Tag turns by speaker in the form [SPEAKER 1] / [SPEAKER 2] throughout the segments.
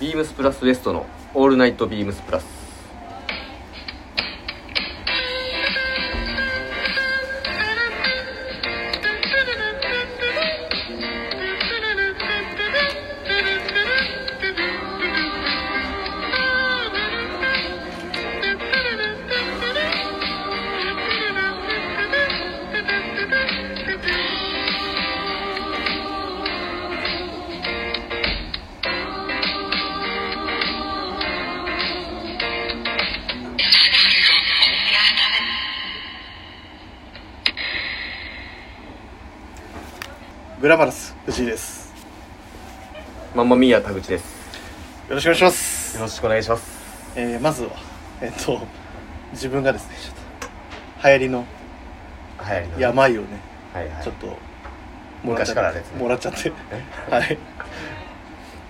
[SPEAKER 1] ビームスプラスウエストのオールナイトビームスプラス
[SPEAKER 2] グラマラス藤井です
[SPEAKER 1] マンマミーヤ田口です
[SPEAKER 2] よろしくお願いします
[SPEAKER 1] よろしくお願いします
[SPEAKER 2] えーまずはえっと自分がですねちょっと流行りの
[SPEAKER 1] はい
[SPEAKER 2] 病をね
[SPEAKER 1] はいはい
[SPEAKER 2] ちょっともらっち
[SPEAKER 1] 昔
[SPEAKER 2] ゃっ
[SPEAKER 1] からですね
[SPEAKER 2] もらっちゃってはい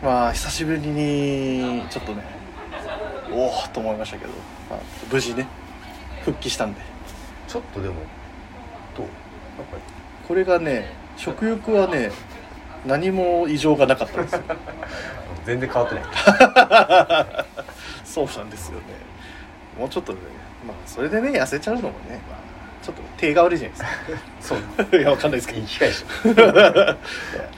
[SPEAKER 2] まあ久しぶりにちょっとねおおと思いましたけど、まあ、無事ね復帰したんで
[SPEAKER 1] ちょっとでもどうやっぱり
[SPEAKER 2] これがね食欲はね何も異常がなかったんですよ
[SPEAKER 1] 全然変わってない
[SPEAKER 2] そうなんですよねもうちょっとねまあそれでね痩せちゃうのもね、まあ、ちょっと手が悪いじゃない
[SPEAKER 1] そう
[SPEAKER 2] ですか いやわかんないですけど
[SPEAKER 1] 生き返し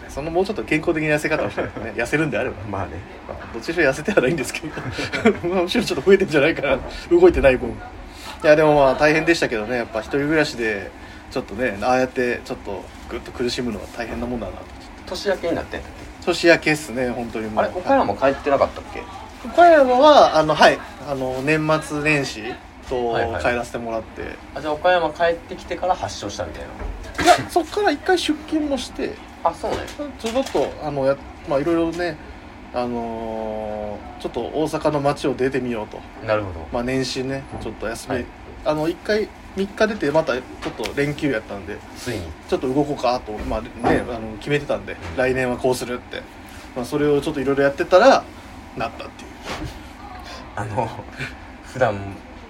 [SPEAKER 2] そのもうちょっと健康的な痩せ方をしたらね痩せるんであれば、
[SPEAKER 1] まあね
[SPEAKER 2] まあ、どっちにしろ痩せてはないんですけど まあむしろちょっと増えてんじゃないかな動いてない分いやでもまあ大変でしたけどねやっぱ一人暮らしでちょっとねああやってちょっとぐっと苦しむのは大変なもんだなと
[SPEAKER 1] 年明けになってんだっ
[SPEAKER 2] 年明けっすね本当に
[SPEAKER 1] け
[SPEAKER 2] もう
[SPEAKER 1] あれ岡山も帰ってなかったっけ
[SPEAKER 2] 岡山はあのはいあの年末年始と
[SPEAKER 1] はいはい
[SPEAKER 2] 帰らせてもらって、い
[SPEAKER 1] あじゃあ岡山帰ってきてから発症したみたいな
[SPEAKER 2] やそっから一回出勤もして
[SPEAKER 1] あそうね
[SPEAKER 2] ちょろっとあのやまあいろいろねあのーちょっと大阪の街を出てみようと
[SPEAKER 1] なるほど
[SPEAKER 2] まあ年始ねちょっと休み、
[SPEAKER 1] はい
[SPEAKER 2] あの一回3日出てまたちょっと連休やったんで
[SPEAKER 1] ついに
[SPEAKER 2] ちょっと動こうかと、まあね、あの決めてたんで来年はこうするって、まあ、それをちょっといろいろやってたらなったっていう
[SPEAKER 1] あの 普段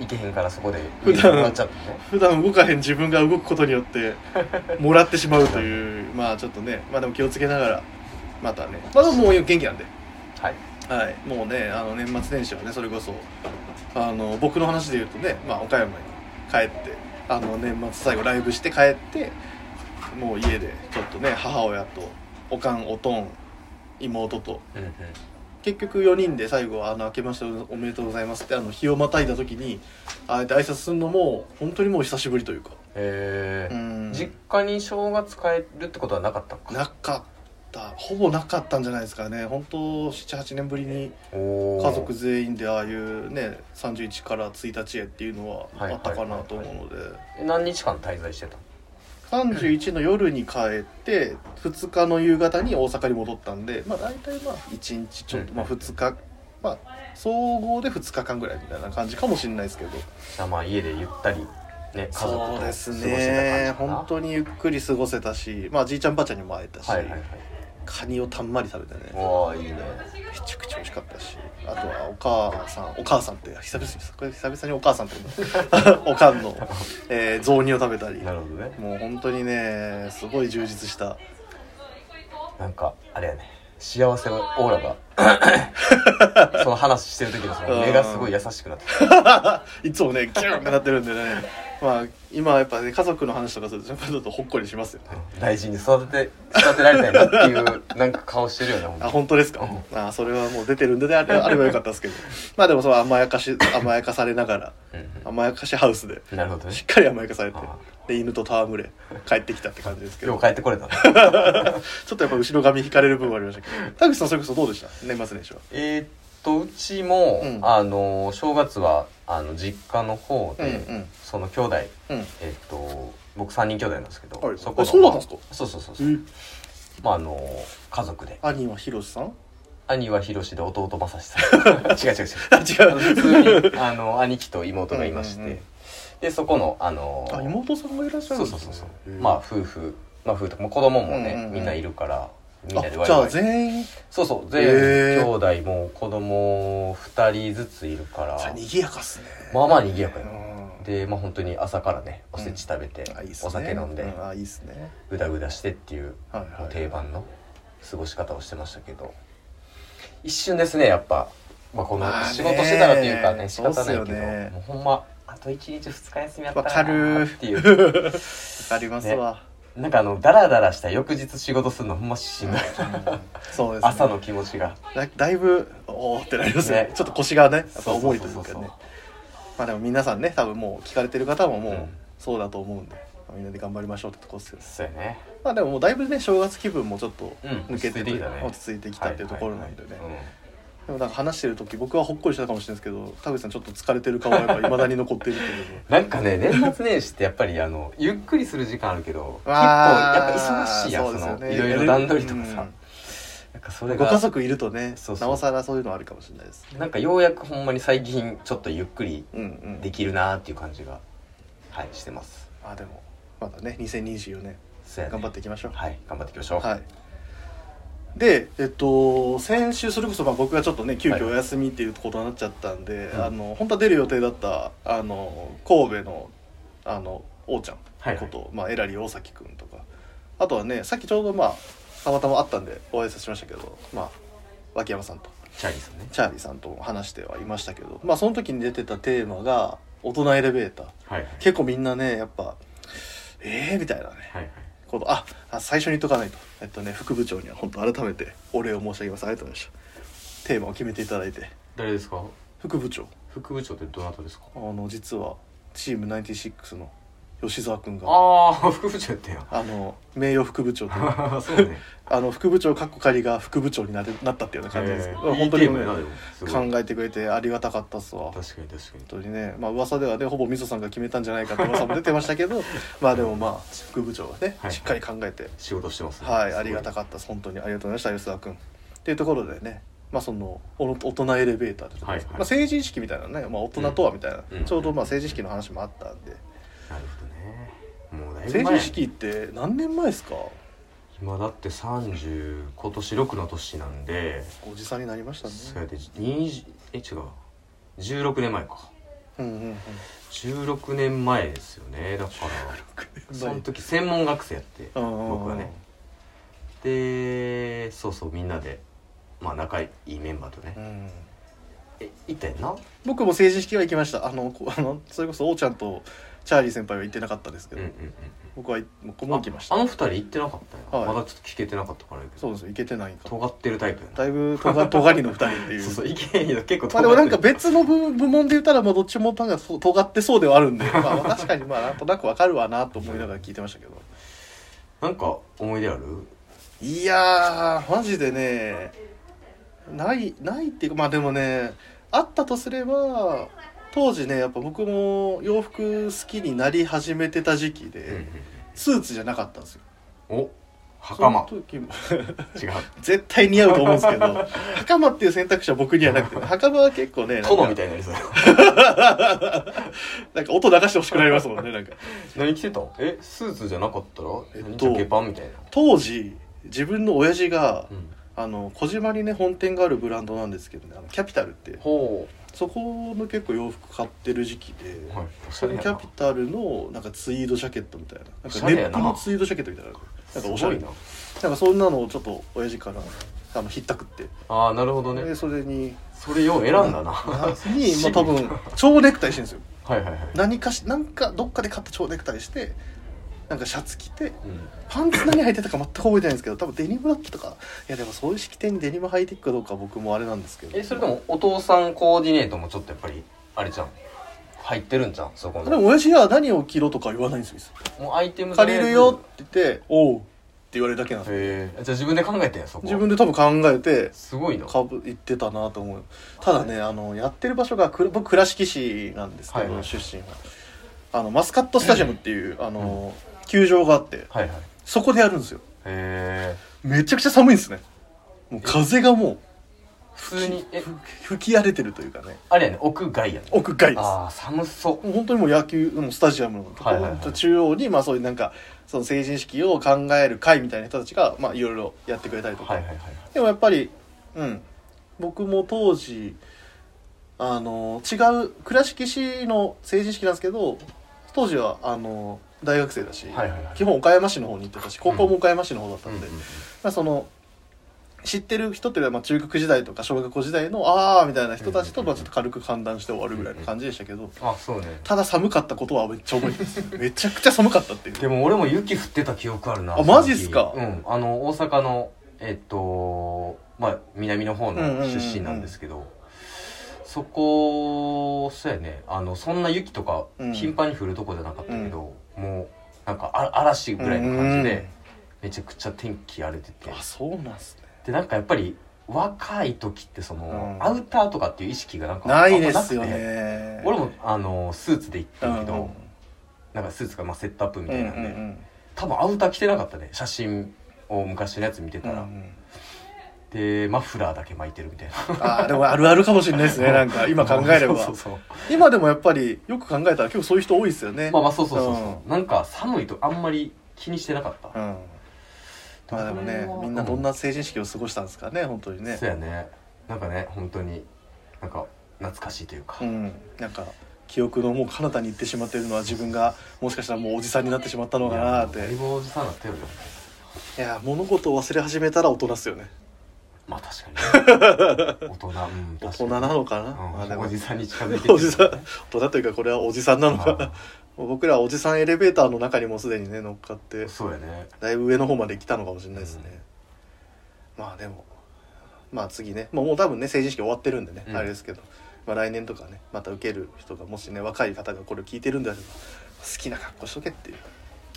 [SPEAKER 1] 行けへんからそこで
[SPEAKER 2] 普段
[SPEAKER 1] なっちゃったね
[SPEAKER 2] 普段動かへん自分が動くことによって もらってしまうというまあちょっとねまあでも気をつけながらまたねまあでももう元気なんで
[SPEAKER 1] はい
[SPEAKER 2] はいもうねあの年末年始はねそれこそあの僕の話で言うとね、まあ、岡山に帰ってあの年末最後ライブして帰ってもう家でちょっとね母親とおかんおとん妹と
[SPEAKER 1] うんうん
[SPEAKER 2] 結局4人で最後「あの明けましておめでとうございます」ってあの日をまたいだ時にああやって挨拶するのも本当にもう久しぶりというか
[SPEAKER 1] え
[SPEAKER 2] う
[SPEAKER 1] ー
[SPEAKER 2] ん
[SPEAKER 1] 実家に正月帰るってことはなかったのか
[SPEAKER 2] なかったほぼなかったんじゃないですかね本当78年ぶりに
[SPEAKER 1] おー
[SPEAKER 2] 家族全員でああいうね31から1日へっていうのは
[SPEAKER 1] はい
[SPEAKER 2] あったかなと思うので
[SPEAKER 1] え何日間滞在してたの
[SPEAKER 2] 31の夜に帰って2日の夕方に大阪に戻ったんでまあ大体まあ1日ちょっとまあ2日まあ総合で2日間ぐらいみたいな感じかもしれないですけど
[SPEAKER 1] じゃあまあ家でゆったりね家族と過
[SPEAKER 2] そう
[SPEAKER 1] ご
[SPEAKER 2] で
[SPEAKER 1] し
[SPEAKER 2] す
[SPEAKER 1] てた感じ
[SPEAKER 2] ね
[SPEAKER 1] かな
[SPEAKER 2] 本当にゆっくり過ごせたしまあじいちゃんばあちゃんにも会えたし、
[SPEAKER 1] はいはいはい
[SPEAKER 2] カニをたんまり食べてね
[SPEAKER 1] おーいいね
[SPEAKER 2] めちゃくちゃ美味しかったしあとはお母さんお母さんって久々これ久々にお母さんって言うのおか んの、えー雑煮を食べたり
[SPEAKER 1] なるほどね
[SPEAKER 2] もう本当にねすごい充実した
[SPEAKER 1] なんかあれやね幸せのオーラが その話してる時のその目がすごい優しくなってきた
[SPEAKER 2] いつもねキューンってなってるんでねまあ今はやっぱね家族の話とかするとやっぱちょっとほっこりしますよね
[SPEAKER 1] 大事に育てて育てられたいなっていうなんか顔してるよねほんと
[SPEAKER 2] あ本当ですかあそれはもう出てるんでねあれあればよかったですけどまあでもそう甘やかし甘やかされながら
[SPEAKER 1] うん
[SPEAKER 2] 甘やかしハウスで
[SPEAKER 1] うんなるほどね
[SPEAKER 2] しっかり甘やかされて
[SPEAKER 1] あ
[SPEAKER 2] で犬と戯れ帰ってきたって感じですけど
[SPEAKER 1] 今日帰ってこれたね
[SPEAKER 2] ちょっとやっぱ後ろ髪引かれる部分はありましたけど田口さんそれこそどうでした年末年始は
[SPEAKER 1] えーっとうちも、
[SPEAKER 2] うん
[SPEAKER 1] あの正月はあの実家の方で、
[SPEAKER 2] うん
[SPEAKER 1] その兄弟
[SPEAKER 2] うん
[SPEAKER 1] えーっと僕3人兄弟なんですけど、
[SPEAKER 2] は
[SPEAKER 1] の
[SPEAKER 2] いあそうだったんですか
[SPEAKER 1] そうそうそうそう、まああの家族で
[SPEAKER 2] 兄はひろしさん
[SPEAKER 1] 兄はひろしで弟まさしさ ん違う違う違う
[SPEAKER 2] あ違う
[SPEAKER 1] 普通にあの兄貴と妹がいまして、
[SPEAKER 2] うんうんうん
[SPEAKER 1] でそこのあの
[SPEAKER 2] あ妹さんがいらっしゃ
[SPEAKER 1] そ
[SPEAKER 2] るん
[SPEAKER 1] う
[SPEAKER 2] です
[SPEAKER 1] そうそう
[SPEAKER 2] ね
[SPEAKER 1] そう
[SPEAKER 2] へえ
[SPEAKER 1] まあ夫婦まあ夫婦とかもう子供もね、
[SPEAKER 2] うんうんうん
[SPEAKER 1] みんないるからみんなで
[SPEAKER 2] あ
[SPEAKER 1] ワイ
[SPEAKER 2] じゃ
[SPEAKER 1] ワ
[SPEAKER 2] あ
[SPEAKER 1] イ
[SPEAKER 2] 全員
[SPEAKER 1] そうそう全
[SPEAKER 2] へえ
[SPEAKER 1] 兄弟も子供2人ずついるから
[SPEAKER 2] じゃあ賑やかっすね
[SPEAKER 1] まあまあ賑やかよ
[SPEAKER 2] うん
[SPEAKER 1] でまあ本当に朝からねおせち食べて、
[SPEAKER 2] あいいっすね
[SPEAKER 1] お酒飲んで
[SPEAKER 2] うあいいっすね
[SPEAKER 1] うだうだしてっていう
[SPEAKER 2] はいはい
[SPEAKER 1] 定番の過ごし方をしてましたけど一瞬ですねやっぱ、まあ、この
[SPEAKER 2] まあね
[SPEAKER 1] 仕事してたらっていうかね仕方ないけ
[SPEAKER 2] そ
[SPEAKER 1] ど
[SPEAKER 2] うっすよね
[SPEAKER 1] もうほんまあと1日2日休みやった
[SPEAKER 2] わから
[SPEAKER 1] な
[SPEAKER 2] る
[SPEAKER 1] っていう
[SPEAKER 2] わかりますわ、
[SPEAKER 1] なんかあのダラダラした翌日仕事するのほんましん どい
[SPEAKER 2] うんそうですね
[SPEAKER 1] 朝の気持ちが
[SPEAKER 2] だだいぶおおってなりますね
[SPEAKER 1] ね
[SPEAKER 2] ちょっと腰がねやっぱ
[SPEAKER 1] そうそ
[SPEAKER 2] 重
[SPEAKER 1] う
[SPEAKER 2] いと
[SPEAKER 1] そ
[SPEAKER 2] いうう
[SPEAKER 1] そ
[SPEAKER 2] か
[SPEAKER 1] う
[SPEAKER 2] ねまあでも皆さんね多分もう聞かれてる方ももううんそうだと思うんで、みんなで頑張りましょうってとこですよね
[SPEAKER 1] そうやね
[SPEAKER 2] まあでももうだいぶね正月気分もちょっと
[SPEAKER 1] うん
[SPEAKER 2] 抜け
[SPEAKER 1] 落ち着い
[SPEAKER 2] て,、
[SPEAKER 1] てきたね
[SPEAKER 2] 落ち着いてきたっていうところなんでね、
[SPEAKER 1] はいはいはいうん
[SPEAKER 2] でもなんか話してる時僕はほっこりしたかもしれないですけど田口さんちょっと疲れてる顔がやっぱいまだに残ってる っていう
[SPEAKER 1] なんかね年末年始ってやっぱりあのゆっくりする時間あるけど結構や
[SPEAKER 2] あー
[SPEAKER 1] っぱ忙しいやんそ,、のいろいろ段取りとかさ、なんかそれ
[SPEAKER 2] ご
[SPEAKER 1] が
[SPEAKER 2] 家族いるとね
[SPEAKER 1] そうそう
[SPEAKER 2] なおさらそういうのあるかもしれないです
[SPEAKER 1] なんかようやくほんまに最近ちょっとゆっくり
[SPEAKER 2] うんうん
[SPEAKER 1] できるなーっていう感じがはいしてます
[SPEAKER 2] まあでもまだね2024年
[SPEAKER 1] そうやね
[SPEAKER 2] 頑張っていきましょう
[SPEAKER 1] はい頑張っていきましょう
[SPEAKER 2] はいでえっと先週それこそまあ僕がちょっとね急
[SPEAKER 1] はい
[SPEAKER 2] 遽お休みっていうことになっちゃったんで、
[SPEAKER 1] うん
[SPEAKER 2] あの本当は出る予定だったあの神戸のあの王ちゃん
[SPEAKER 1] はい
[SPEAKER 2] こと、まあ、エラリー大崎君とかあとはねさっきちょうどまあたまたま会ったんでお挨拶しましたけどまあ脇山さんと
[SPEAKER 1] チャーリーさんね
[SPEAKER 2] チャーリーさんとも話してはいましたけどまあその時に出てたテーマが「大人エレベーター
[SPEAKER 1] はいはい」
[SPEAKER 2] 結構みんなねやっぱ「ええー」みたいなね
[SPEAKER 1] はいはい
[SPEAKER 2] ことああ最初に言っとかないとえっとね副部長には本当改めてお礼を申し上げますありがとうございましたテーマを決めていただいて
[SPEAKER 1] 誰ですか
[SPEAKER 2] 副部長
[SPEAKER 1] 副部長ってどなたですか
[SPEAKER 2] あの実はチーム96の吉沢君が
[SPEAKER 1] ああ副部長やったよ
[SPEAKER 2] あの名誉副部長という
[SPEAKER 1] そうね
[SPEAKER 2] あの副部長かっこ仮が副部長になれなったっていうような感じですけど、
[SPEAKER 1] えー
[SPEAKER 2] 本当に
[SPEAKER 1] いいテーマやな
[SPEAKER 2] ね
[SPEAKER 1] でもすごい
[SPEAKER 2] 考えてくれてありがたかったっすわ本
[SPEAKER 1] 確かに確かに
[SPEAKER 2] 当にねまあ噂ではねほぼみそさんが決めたんじゃないかって噂も出てました けどまあでもまあ副部長はね、
[SPEAKER 1] はい
[SPEAKER 2] しっかり考えて
[SPEAKER 1] 仕事してますね
[SPEAKER 2] はい、
[SPEAKER 1] すご
[SPEAKER 2] ありがたかったです。本当にありがとうございました、吉田君。っていうところでね、まあそのお大人エレベーターってところです
[SPEAKER 1] はいはい
[SPEAKER 2] まあ政治意識みたいなね、まあ大人とはみたいな、
[SPEAKER 1] うん
[SPEAKER 2] ちょうどまあ政治意識の話もあったんで、
[SPEAKER 1] なるほどねもうだいぶ前
[SPEAKER 2] 政治意識って何年前ですか？
[SPEAKER 1] 今だって30今年6の年なんで
[SPEAKER 2] おじさんになりました
[SPEAKER 1] それ
[SPEAKER 2] ね。
[SPEAKER 1] で20え違う16年前か
[SPEAKER 2] うんうんうん。
[SPEAKER 1] 16年前ですよねだからその時専門学生やって僕はねでそうそうみんなでまあ仲いいメンバーとね
[SPEAKER 2] うんうんうん。
[SPEAKER 1] え行ったやんな
[SPEAKER 2] 僕も政治意識は行きました。あのこあのそれこそおうちゃんとチャーリー先輩は行ってなかったですけ
[SPEAKER 1] うん
[SPEAKER 2] ど、
[SPEAKER 1] うん
[SPEAKER 2] 僕は僕
[SPEAKER 1] うん
[SPEAKER 2] も行きました
[SPEAKER 1] ああ。の二人行ってなかったよ、
[SPEAKER 2] はい
[SPEAKER 1] まだちょっと聞けてなかったからやけど
[SPEAKER 2] そうですよ、行けてないから。
[SPEAKER 1] 尖ってるタイプやな
[SPEAKER 2] だいぶとが尖り の二人っていう。
[SPEAKER 1] そうそう行けへんよ結構
[SPEAKER 2] まあでもなんか別の部部門で言ったらまあどっちもなんかそう尖ってそうではあるんで、まあ、確かにまあなんとなくわかるわなと思いながら聞いてましたけど
[SPEAKER 1] なんか思い出ある
[SPEAKER 2] いやーマジでねないないっていうかまあでもねあったとすれば当時ねやっぱ僕も洋服好きになり始めてた時期で、スーツじゃなかったんですよ
[SPEAKER 1] お袴
[SPEAKER 2] その時も
[SPEAKER 1] 違う
[SPEAKER 2] 絶対似合うと思うんですけど袴っていう選択肢は僕にはなくて、袴は結構ねなん
[SPEAKER 1] 殿み
[SPEAKER 2] か
[SPEAKER 1] たいになりそうや
[SPEAKER 2] なんか音流してほしくなりますもんねなんか
[SPEAKER 1] 何着てたえスーツじゃなかったら
[SPEAKER 2] えっと
[SPEAKER 1] 何ジャケパンみたいな、
[SPEAKER 2] 当時自分の親父が
[SPEAKER 1] うん、
[SPEAKER 2] あの小島にね本店があるブランドなんですけどねあのキャピタルって
[SPEAKER 1] ほ
[SPEAKER 2] そこの結構洋服買ってる時期で、
[SPEAKER 1] うはいおしゃ
[SPEAKER 2] そ
[SPEAKER 1] れ
[SPEAKER 2] の
[SPEAKER 1] や
[SPEAKER 2] キャ
[SPEAKER 1] な
[SPEAKER 2] ピタルのなんかツイードジャケットみたいななん
[SPEAKER 1] おし
[SPEAKER 2] か
[SPEAKER 1] ゃ
[SPEAKER 2] ネ
[SPEAKER 1] れや
[SPEAKER 2] ッ
[SPEAKER 1] な
[SPEAKER 2] トのツイードジャケットみたいななんかおしゃれ
[SPEAKER 1] すご
[SPEAKER 2] ないなんかそんなのをちょっと親父からあのひったくって、
[SPEAKER 1] ああなるほど
[SPEAKER 2] で
[SPEAKER 1] ね
[SPEAKER 2] それに
[SPEAKER 1] それよう選んだなは
[SPEAKER 2] に、まあ、多分蝶ネクタイしてるんですよ
[SPEAKER 1] いはいはい、
[SPEAKER 2] 何かしなんかどっかで買った蝶ネクタイしてなんかシャツ着て
[SPEAKER 1] うん、
[SPEAKER 2] パンツ何履いてたか全く覚えてないんですけど多分デニムだったとかいやでもそういう式典にデニム履いていくかどうかは僕もあれなんですけど
[SPEAKER 1] えそれともお父さんコーディネートもちょっとやっぱりあれじゃん入ってるんじゃんそこ
[SPEAKER 2] で
[SPEAKER 1] の
[SPEAKER 2] も親父は何を着ろとか言わないんですよ
[SPEAKER 1] もうアイテム
[SPEAKER 2] 借りるよって言って「おう」って言われるだけなんですよ
[SPEAKER 1] へえじゃあ自分で考えてんやそこ
[SPEAKER 2] 自分で多分考えて
[SPEAKER 1] すごいな
[SPEAKER 2] かぶ行ってたなと思うただねあのやってる場所がく僕倉敷市なんですけど、
[SPEAKER 1] はいはい
[SPEAKER 2] 出身はあのマスカットスタジアムっていうあの、球場があって
[SPEAKER 1] はいはいへ
[SPEAKER 2] そこでやるんですよ
[SPEAKER 1] え
[SPEAKER 2] めちゃくちゃ寒いんですねもう風がもう
[SPEAKER 1] 普通にえ
[SPEAKER 2] 吹き荒れてるというかね
[SPEAKER 1] あれやね屋外やね
[SPEAKER 2] 屋外です
[SPEAKER 1] ああ寒そう
[SPEAKER 2] もう本当にもう野球のスタジアムのとこ
[SPEAKER 1] はいはいはい
[SPEAKER 2] ろ中央にまあそういうなんかその成人式を考える会みたいな人たちがまあいろいろやってくれたりとか、
[SPEAKER 1] はいはいはいはい
[SPEAKER 2] でもやっぱりうん僕も当時あの違う倉敷市の成人式なんですけど当時はあの大学生だし、
[SPEAKER 1] はいはいはい
[SPEAKER 2] 基本岡山市の方に行ってたし高校も岡山市の方だった
[SPEAKER 1] うんん
[SPEAKER 2] で、
[SPEAKER 1] うん
[SPEAKER 2] まあ、その知ってる人っていうのはまあ中学時代とか小学校時代のああみたいな人たちとまあちょっと軽く寒暖して終わるぐらいの感じでしたけど
[SPEAKER 1] あそうね
[SPEAKER 2] ただ寒かったことはめっちゃ覚えて ますめちゃくちゃ寒かったっていう
[SPEAKER 1] でも俺も雪降ってた記憶あるな
[SPEAKER 2] あマジっすか
[SPEAKER 1] その時うんあの大阪のえっとまあ南の方の
[SPEAKER 2] うんうんうんうん
[SPEAKER 1] 出身なんですけど、そこそうやねあのそんな雪とか
[SPEAKER 2] うん
[SPEAKER 1] 頻繁に降るとこじゃなかったけど、もうなんかあ嵐ぐらいの感じでめちゃくちゃ天気荒れてて
[SPEAKER 2] うんあそうなんすね
[SPEAKER 1] でなんかやっぱり若い時ってその、
[SPEAKER 2] うん
[SPEAKER 1] アウターとかっていう意識がなんか
[SPEAKER 2] ないですよ
[SPEAKER 1] あんまなくて
[SPEAKER 2] ね
[SPEAKER 1] 俺もあのスーツで行ってるけど、
[SPEAKER 2] うん
[SPEAKER 1] なんかスーツがまあセットアップみたいなんで、
[SPEAKER 2] うんうんうん
[SPEAKER 1] 多分アウター着てなかったね写真を昔のやつ見てたら、
[SPEAKER 2] うんうん
[SPEAKER 1] でマフラーだけ巻いてるみたいな
[SPEAKER 2] ああでもあるあるかもしれないです ねなんか今考えれば
[SPEAKER 1] そうそうそう
[SPEAKER 2] 今でもやっぱりよく考えたら結構そういう人多いですよね
[SPEAKER 1] まあまあそうそうそうそう、なんか寒いとあんまり気にしてなかった、
[SPEAKER 2] うんまあでもねみんなどんな成人式を過ごしたんですかね本当にね
[SPEAKER 1] そうやねなんかね本当になんか懐かしいというか、
[SPEAKER 2] うんなんか記憶のもう彼方に行ってしまってるのは自分がもしかしたらもうおじさんになってしまったのかなっ
[SPEAKER 1] いやだ
[SPEAKER 2] て
[SPEAKER 1] いぶおじさんになったよね
[SPEAKER 2] いや物事を忘れ始めたら大人っすよね
[SPEAKER 1] まあ確か に大人、うん、
[SPEAKER 2] 大
[SPEAKER 1] 確か
[SPEAKER 2] 人
[SPEAKER 1] に
[SPEAKER 2] なのかな、まあ
[SPEAKER 1] う
[SPEAKER 2] で
[SPEAKER 1] ん、
[SPEAKER 2] も
[SPEAKER 1] おじさんに近づいて
[SPEAKER 2] おじさん大人というかこれはおじさんなのかもう僕らはおじさんエレベーターの中にもうすでにね乗っかって
[SPEAKER 1] んそうやね
[SPEAKER 2] だいぶ上の方まで来たのかもしれないですね、まあでもまあ次ねもうもう多分ね成人式終わってるんでね、
[SPEAKER 1] うん
[SPEAKER 2] あれですけど、まあ、来年とかねまた受ける人がもしね若い方がこれを聞いてるんであれば好きな格好しとけっていう、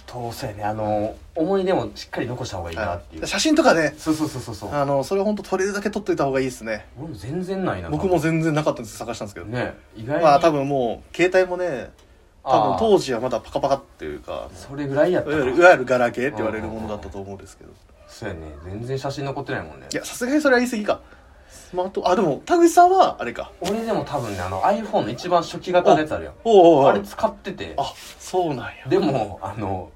[SPEAKER 1] そうそうやねあの思い出もしっかり残した方がいいなっていう、
[SPEAKER 2] 写真とかね
[SPEAKER 1] そうそうそうそうそう
[SPEAKER 2] あのそれほんと撮れるだけ撮っといた方がいいですね
[SPEAKER 1] 俺も全然ないな
[SPEAKER 2] 僕も全然なかったんです探したんですけど、
[SPEAKER 1] ね意外に
[SPEAKER 2] まあ多分もう携帯もね多分
[SPEAKER 1] あー
[SPEAKER 2] 当時はまだパカパカっていうか
[SPEAKER 1] それぐらいやっ
[SPEAKER 2] い
[SPEAKER 1] た
[SPEAKER 2] わ
[SPEAKER 1] な
[SPEAKER 2] ゆるいわゆるガラケーって言われるものだったと思うんですけど
[SPEAKER 1] そうやね全然写真残ってないもんね
[SPEAKER 2] いやさすがにそれは言い過ぎかスマートあでも田口さんはあれか
[SPEAKER 1] 俺でも多分ねあの iPhone の一番初期型のやつあるやん
[SPEAKER 2] おうおうおう
[SPEAKER 1] あれ使ってて
[SPEAKER 2] あそうなんや
[SPEAKER 1] でもあの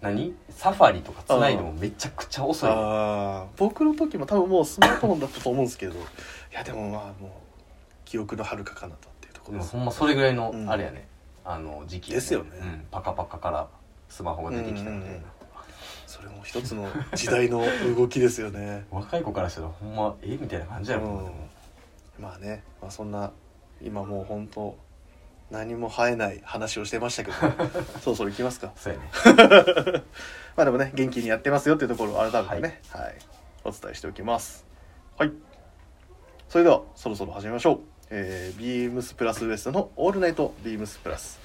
[SPEAKER 1] 何サファリとか繋いでもめちゃくちゃ遅いね
[SPEAKER 2] あー僕の時も多分もうスマートフォンだったと思うんですけどいやでもまあもう記憶の遥か彼方っていうとこ
[SPEAKER 1] で
[SPEAKER 2] ろで
[SPEAKER 1] も
[SPEAKER 2] す
[SPEAKER 1] ほんまそれぐらいの
[SPEAKER 2] うん
[SPEAKER 1] あれやね、あの時期や
[SPEAKER 2] ですよね
[SPEAKER 1] うん、パカパカからスマホが出てきたみた
[SPEAKER 2] うん
[SPEAKER 1] い
[SPEAKER 2] うん
[SPEAKER 1] な
[SPEAKER 2] それも一つの時代の動きですよね
[SPEAKER 1] 若い子からしたらほんまえみたいな感じやもん、でも
[SPEAKER 2] まあね、まあ、そんな今もう本当何も生えない話をしてましたけど そろそろ行きますか
[SPEAKER 1] そうやね
[SPEAKER 2] まあでもね元気にやってますよっていうところを改めてね、はいお伝えしておきますはいそれではそろそろ始めましょう、えー、ビームスプラスウエストの「オールナイトビームスプラス」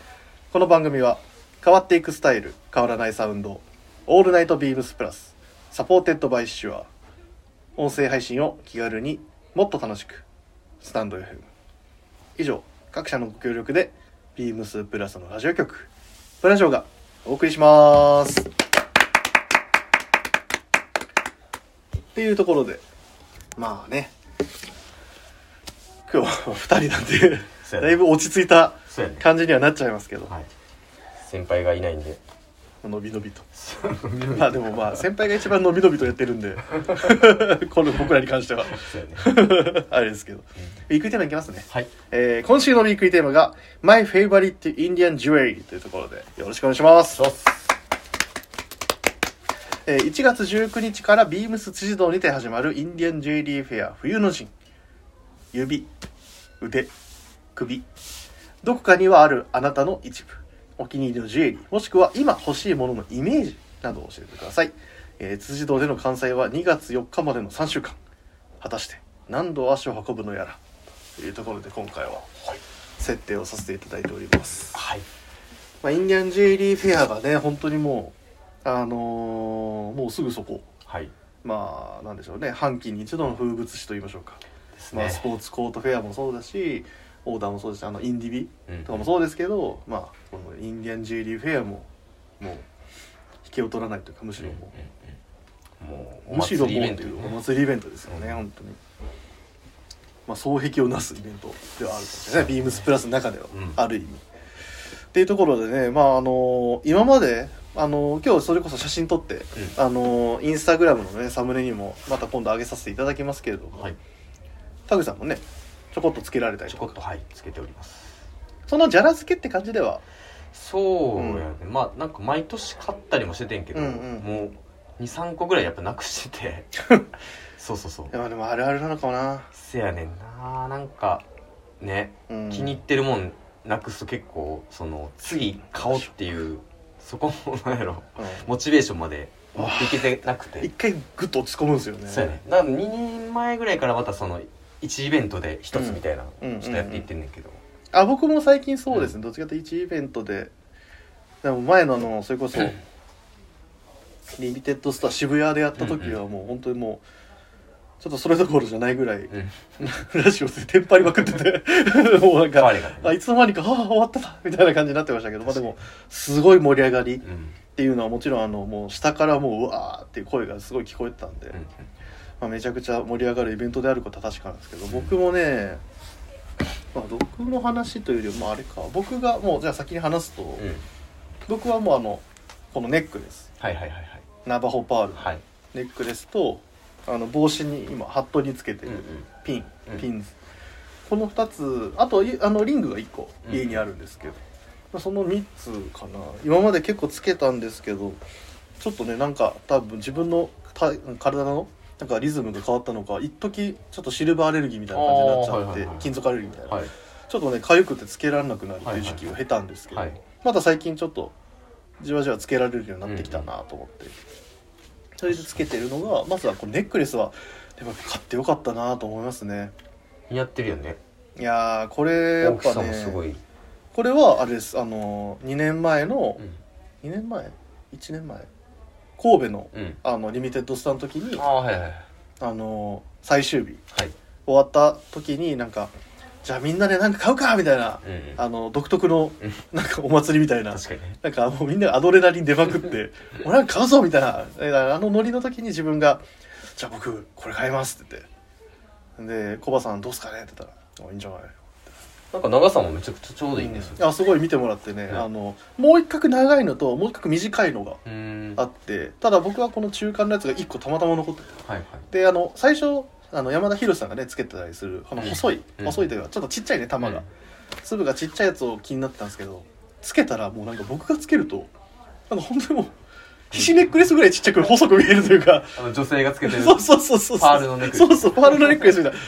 [SPEAKER 2] この番組は変わっていくスタイル変わらないサウンド「オールナイトビームスプラス」サポーテッドバイシュア音声配信を気軽にもっと楽しくスタンド FM 以上各社のご協力でビームスプラスのラジオ局プラジオがお送りしますっていうところでまあね今日は2人なんで
[SPEAKER 1] そうやね
[SPEAKER 2] だいぶ落ち着いた
[SPEAKER 1] そうやね
[SPEAKER 2] 感じにはなっちゃいますけど
[SPEAKER 1] はい先輩がいないんで
[SPEAKER 2] 伸び伸びとまあでもまあ先輩が一番伸び伸びとやってるんで この僕らに関しては
[SPEAKER 1] そうやね
[SPEAKER 2] あれですけどウィークリーテーマいきますね、
[SPEAKER 1] はい
[SPEAKER 2] えー今週のウィークリーテーマが「My Favorite Indian Jewelry」というところでよろしくお願いします
[SPEAKER 1] そうっす
[SPEAKER 2] えー1月19日からビームス辻堂にて始まるインディアンジュエリーフェア冬の陣指腕首どこかにはあるあなたの一部お気に入りのジュエリーもしくは今欲しいもののイメージなどを教えてください、えー辻堂での完催は2月4日までの3週間果たして何度足を運ぶのやらというところで今回は設定をさせていただいております
[SPEAKER 1] はい
[SPEAKER 2] まあ、インディアンジュエリーフェアがね本当にもうあのーもうすぐそこ
[SPEAKER 1] はい
[SPEAKER 2] まあなんでしょうね半期に一度の風物詩と言いましょうか、
[SPEAKER 1] です
[SPEAKER 2] まあ、
[SPEAKER 1] ね
[SPEAKER 2] スポーツコートフェアもそうだしオーダーもそうだしあのインディビ
[SPEAKER 1] うん
[SPEAKER 2] とかもそうですけど、まあこのインディアンジュエリーフェアももう引けを取らないというかむしろも
[SPEAKER 1] も
[SPEAKER 2] う、
[SPEAKER 1] うお
[SPEAKER 2] むし
[SPEAKER 1] 祭
[SPEAKER 2] ろも
[SPEAKER 1] り
[SPEAKER 2] う
[SPEAKER 1] イベントよ
[SPEAKER 2] お祭りイベントですよね、
[SPEAKER 1] うん
[SPEAKER 2] 本当に。まあ、双璧をなすイベントではあるんですよね、ビームスプラスの中では、
[SPEAKER 1] うん
[SPEAKER 2] ある意味。っていうところでね、まああの今まで、あの今日それこそ写真撮って、あのインスタグラムの、ね、サムネにもまた今度上げさせていただきますけれども、
[SPEAKER 1] はい
[SPEAKER 2] 田口さんもねちょこっとつけられたり
[SPEAKER 1] ちょ
[SPEAKER 2] と
[SPEAKER 1] こ
[SPEAKER 2] か
[SPEAKER 1] っとはいつけております
[SPEAKER 2] そのじゃら付けって感じでは
[SPEAKER 1] そうやね、まあなんか毎年買ったりもしててんけど、
[SPEAKER 2] うんうん
[SPEAKER 1] もう23個ぐらいやっぱなくしててそそうそうそう
[SPEAKER 2] いやでもあるあるなのかもな
[SPEAKER 1] せやねんななんかね
[SPEAKER 2] うん
[SPEAKER 1] 気に入ってるもんなくすと結構その次買おうっていうそこもなんやろモチベーションまで持っていけてなく
[SPEAKER 2] うん一
[SPEAKER 1] て
[SPEAKER 2] 回グッと落ち込むんですよね
[SPEAKER 1] そうやねだから2年前ぐらいからまたその1イベントで1つみたいな
[SPEAKER 2] うん
[SPEAKER 1] ちょっとやっていってんねんけど
[SPEAKER 2] あ僕も最近そうですね、
[SPEAKER 1] う
[SPEAKER 2] どっちかというと1イベントででも前のあのそれこ そリミテッドスター渋谷でやった時はもう本当にもうちょっとそれどころじゃないぐらい、
[SPEAKER 1] う ん
[SPEAKER 2] ラジオでテンパりまくってて もうなん
[SPEAKER 1] 変わ
[SPEAKER 2] か
[SPEAKER 1] りがね
[SPEAKER 2] あいつの間にかああ終わったなみたいな感じになってましたけど、まあ、でもすごい盛り上がりっ
[SPEAKER 1] うん
[SPEAKER 2] ていうのはもちろんあのもう下からもううわーっていう声がすごい聞こえてたんで、
[SPEAKER 1] うん
[SPEAKER 2] まあ、めちゃくちゃ盛り上がるイベントであることは確かなんですけど僕もね、まあ、僕の話というよりもあれか僕がもうじゃあ先に話すと、
[SPEAKER 1] うん
[SPEAKER 2] 僕はもうあのこのネックレス
[SPEAKER 1] はいはいはいはい
[SPEAKER 2] ナバホパールの
[SPEAKER 1] はい
[SPEAKER 2] ネックレスとあの帽子に今ハットにつけて
[SPEAKER 1] うんう
[SPEAKER 2] る
[SPEAKER 1] ん
[SPEAKER 2] ピン、
[SPEAKER 1] うん
[SPEAKER 2] ピンズこの2つあといあのリングが1個
[SPEAKER 1] うん
[SPEAKER 2] 家にあるんですけど、まあその3つかな今まで結構つけたんですけどちょっとねなんか多分自分のた体のなんかリズムが変わったのか一時ちょっとシルバーアレルギーみたいな感じになっちゃって、
[SPEAKER 1] あーはいはいはい
[SPEAKER 2] 金属アレルギーみたいな、
[SPEAKER 1] はい
[SPEAKER 2] ちょっとね痒くてつけられなくなるっていう時期を経たんですけど、
[SPEAKER 1] はい
[SPEAKER 2] また最近ちょっとじわじわつけられるようになってきたなと思って、それでつけてるのがまずはこのネックレスはでも買ってよかったなと思いますね
[SPEAKER 1] 似合ってるよね
[SPEAKER 2] いやーこれや
[SPEAKER 1] 大
[SPEAKER 2] っ
[SPEAKER 1] き
[SPEAKER 2] ぱ
[SPEAKER 1] さも
[SPEAKER 2] ね
[SPEAKER 1] すごい
[SPEAKER 2] これはあれですあの2年前の
[SPEAKER 1] うん
[SPEAKER 2] 2年前1年前神戸の
[SPEAKER 1] うん
[SPEAKER 2] あのリミテッドスタの時に
[SPEAKER 1] ああはいはいはい
[SPEAKER 2] あの最終日
[SPEAKER 1] はい
[SPEAKER 2] 終わった時になんかじゃあみんなでなんか買うかみたいな
[SPEAKER 1] うんうん
[SPEAKER 2] あの独特の
[SPEAKER 1] うん
[SPEAKER 2] なんかお祭りみたいな
[SPEAKER 1] 確かにね
[SPEAKER 2] なんかもうみんなアドレナリン出まくって 「俺なんか買うぞ!」みたいなえーあのノリの時に自分が「じゃあ僕これ買います」って言ってでコバさんどうすかねって言ったら「あいいんじゃない?
[SPEAKER 1] なんか長さもめちゃくちゃちょうどいいんですよ
[SPEAKER 2] うんあすごい見てもらってね、
[SPEAKER 1] うん
[SPEAKER 2] あのもう一角長いのともう一角短いのが
[SPEAKER 1] うーん
[SPEAKER 2] あってただ僕はこの中間のやつが一個たまたま残ってて
[SPEAKER 1] はいはい
[SPEAKER 2] であの最初あの山田博さんがねつけてたりするこの細い、
[SPEAKER 1] うん
[SPEAKER 2] 細いというかちょっとちっちゃいね玉が、
[SPEAKER 1] うん
[SPEAKER 2] 粒がちっちゃいやつを気になってたんですけどつけたらもうなんか僕がつけるとなんか本当にもう 皮脂ネックレスぐらいちっちゃく細く見えるというか
[SPEAKER 1] あの女性がつけてる
[SPEAKER 2] そうそうそうそう
[SPEAKER 1] パールのネックレス
[SPEAKER 2] そうそうパールのネックレスみたいな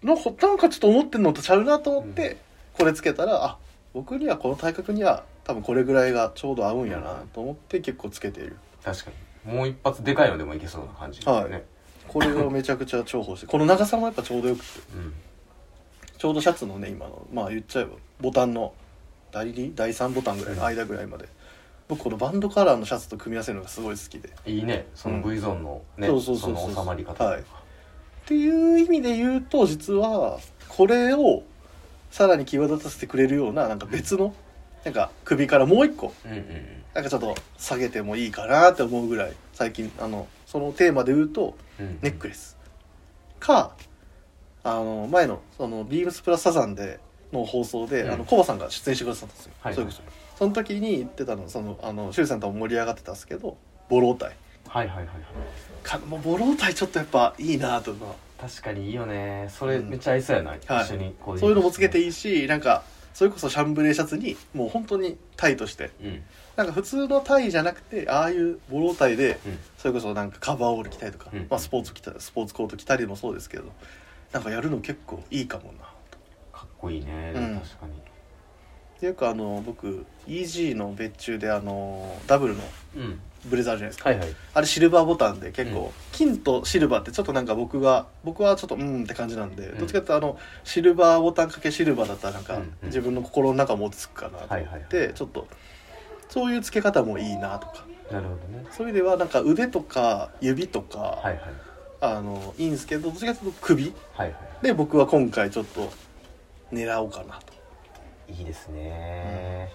[SPEAKER 2] なんかなんかちょっと思ってんのとちゃうなと思って、これつけたらあ僕にはこの体格には多分これぐらいがちょうど合うんやなと思って結構つけている
[SPEAKER 1] 確かにもう一発でかいのでもいけそうな感じ、
[SPEAKER 2] はい
[SPEAKER 1] ね
[SPEAKER 2] これがめちゃくちゃ重宝してこの長さもやっぱちょうどよくて
[SPEAKER 1] うん
[SPEAKER 2] ちょうどシャツのね今のまあ言っちゃえばボタンの第2第3ボタンぐらいの間ぐらいまで、僕このバンドカラーのシャツと組み合わせるのがすごい好きでっ
[SPEAKER 1] いいねその V ゾーンのね、
[SPEAKER 2] そうそうそうそう
[SPEAKER 1] の収まり方、
[SPEAKER 2] はいていう意味で言うと実はこれをさらに際立たせてくれるようななんか別のなんか首からもう一個
[SPEAKER 1] うんうんうん
[SPEAKER 2] なんかちょっと下げてもいいかなって思うぐらい最近あのそのテーマで言うと
[SPEAKER 1] うん
[SPEAKER 2] ネックレスかあの前のそのビームスプラスサザンでの放送で、
[SPEAKER 1] うん
[SPEAKER 2] あのコバさんが出演してくださったんですよ、
[SPEAKER 1] はい
[SPEAKER 2] それこそその時に言ってたのそのあのシュウさんとも盛り上がってたんですけどボロータイ
[SPEAKER 1] はいはいはいはい
[SPEAKER 2] かもうボロータイちょっとやっぱいいなとか
[SPEAKER 1] 確かにいいよねそれめっちゃ合いそうやな、一緒にこ
[SPEAKER 2] そういうのもつけて
[SPEAKER 1] い、
[SPEAKER 2] いいしなんかそれこそシャンブレーシャツにもう本当にタイとして
[SPEAKER 1] うんうん、
[SPEAKER 2] なんか普通のタイじゃなくてああいうボロータイでそれこそなんかカバーオール着たりとか、
[SPEAKER 1] うん
[SPEAKER 2] まあ、スポーツ着たスポーツコート着たりもそうですけどなんかやるの結構いいかもな
[SPEAKER 1] かっこいいね、
[SPEAKER 2] うん
[SPEAKER 1] 確かに
[SPEAKER 2] でよくあの僕 EG の別注であのダブルの
[SPEAKER 1] うん
[SPEAKER 2] ブレザーじゃないですか
[SPEAKER 1] はいはい
[SPEAKER 2] あれシルバーボタンで結構、
[SPEAKER 1] うん
[SPEAKER 2] 金とシルバーってちょっとなんか僕が僕はちょっとうんって感じなんで、
[SPEAKER 1] ん
[SPEAKER 2] どっちかっていうとあのシルバーボタンかけシルバーだったらなん
[SPEAKER 1] う
[SPEAKER 2] か
[SPEAKER 1] んうん
[SPEAKER 2] 自分の心の中も落ち着くかなと思って、
[SPEAKER 1] はいはいはい
[SPEAKER 2] ちょっとそういう付け方もいいなとか
[SPEAKER 1] なるほどね
[SPEAKER 2] そういう意味ではなんか腕とか指とか、
[SPEAKER 1] はいはい
[SPEAKER 2] あのいいんですけどどっちかっていうと首
[SPEAKER 1] はいは
[SPEAKER 2] で僕は今回ちょっと狙おうかなと。
[SPEAKER 1] いいいですね、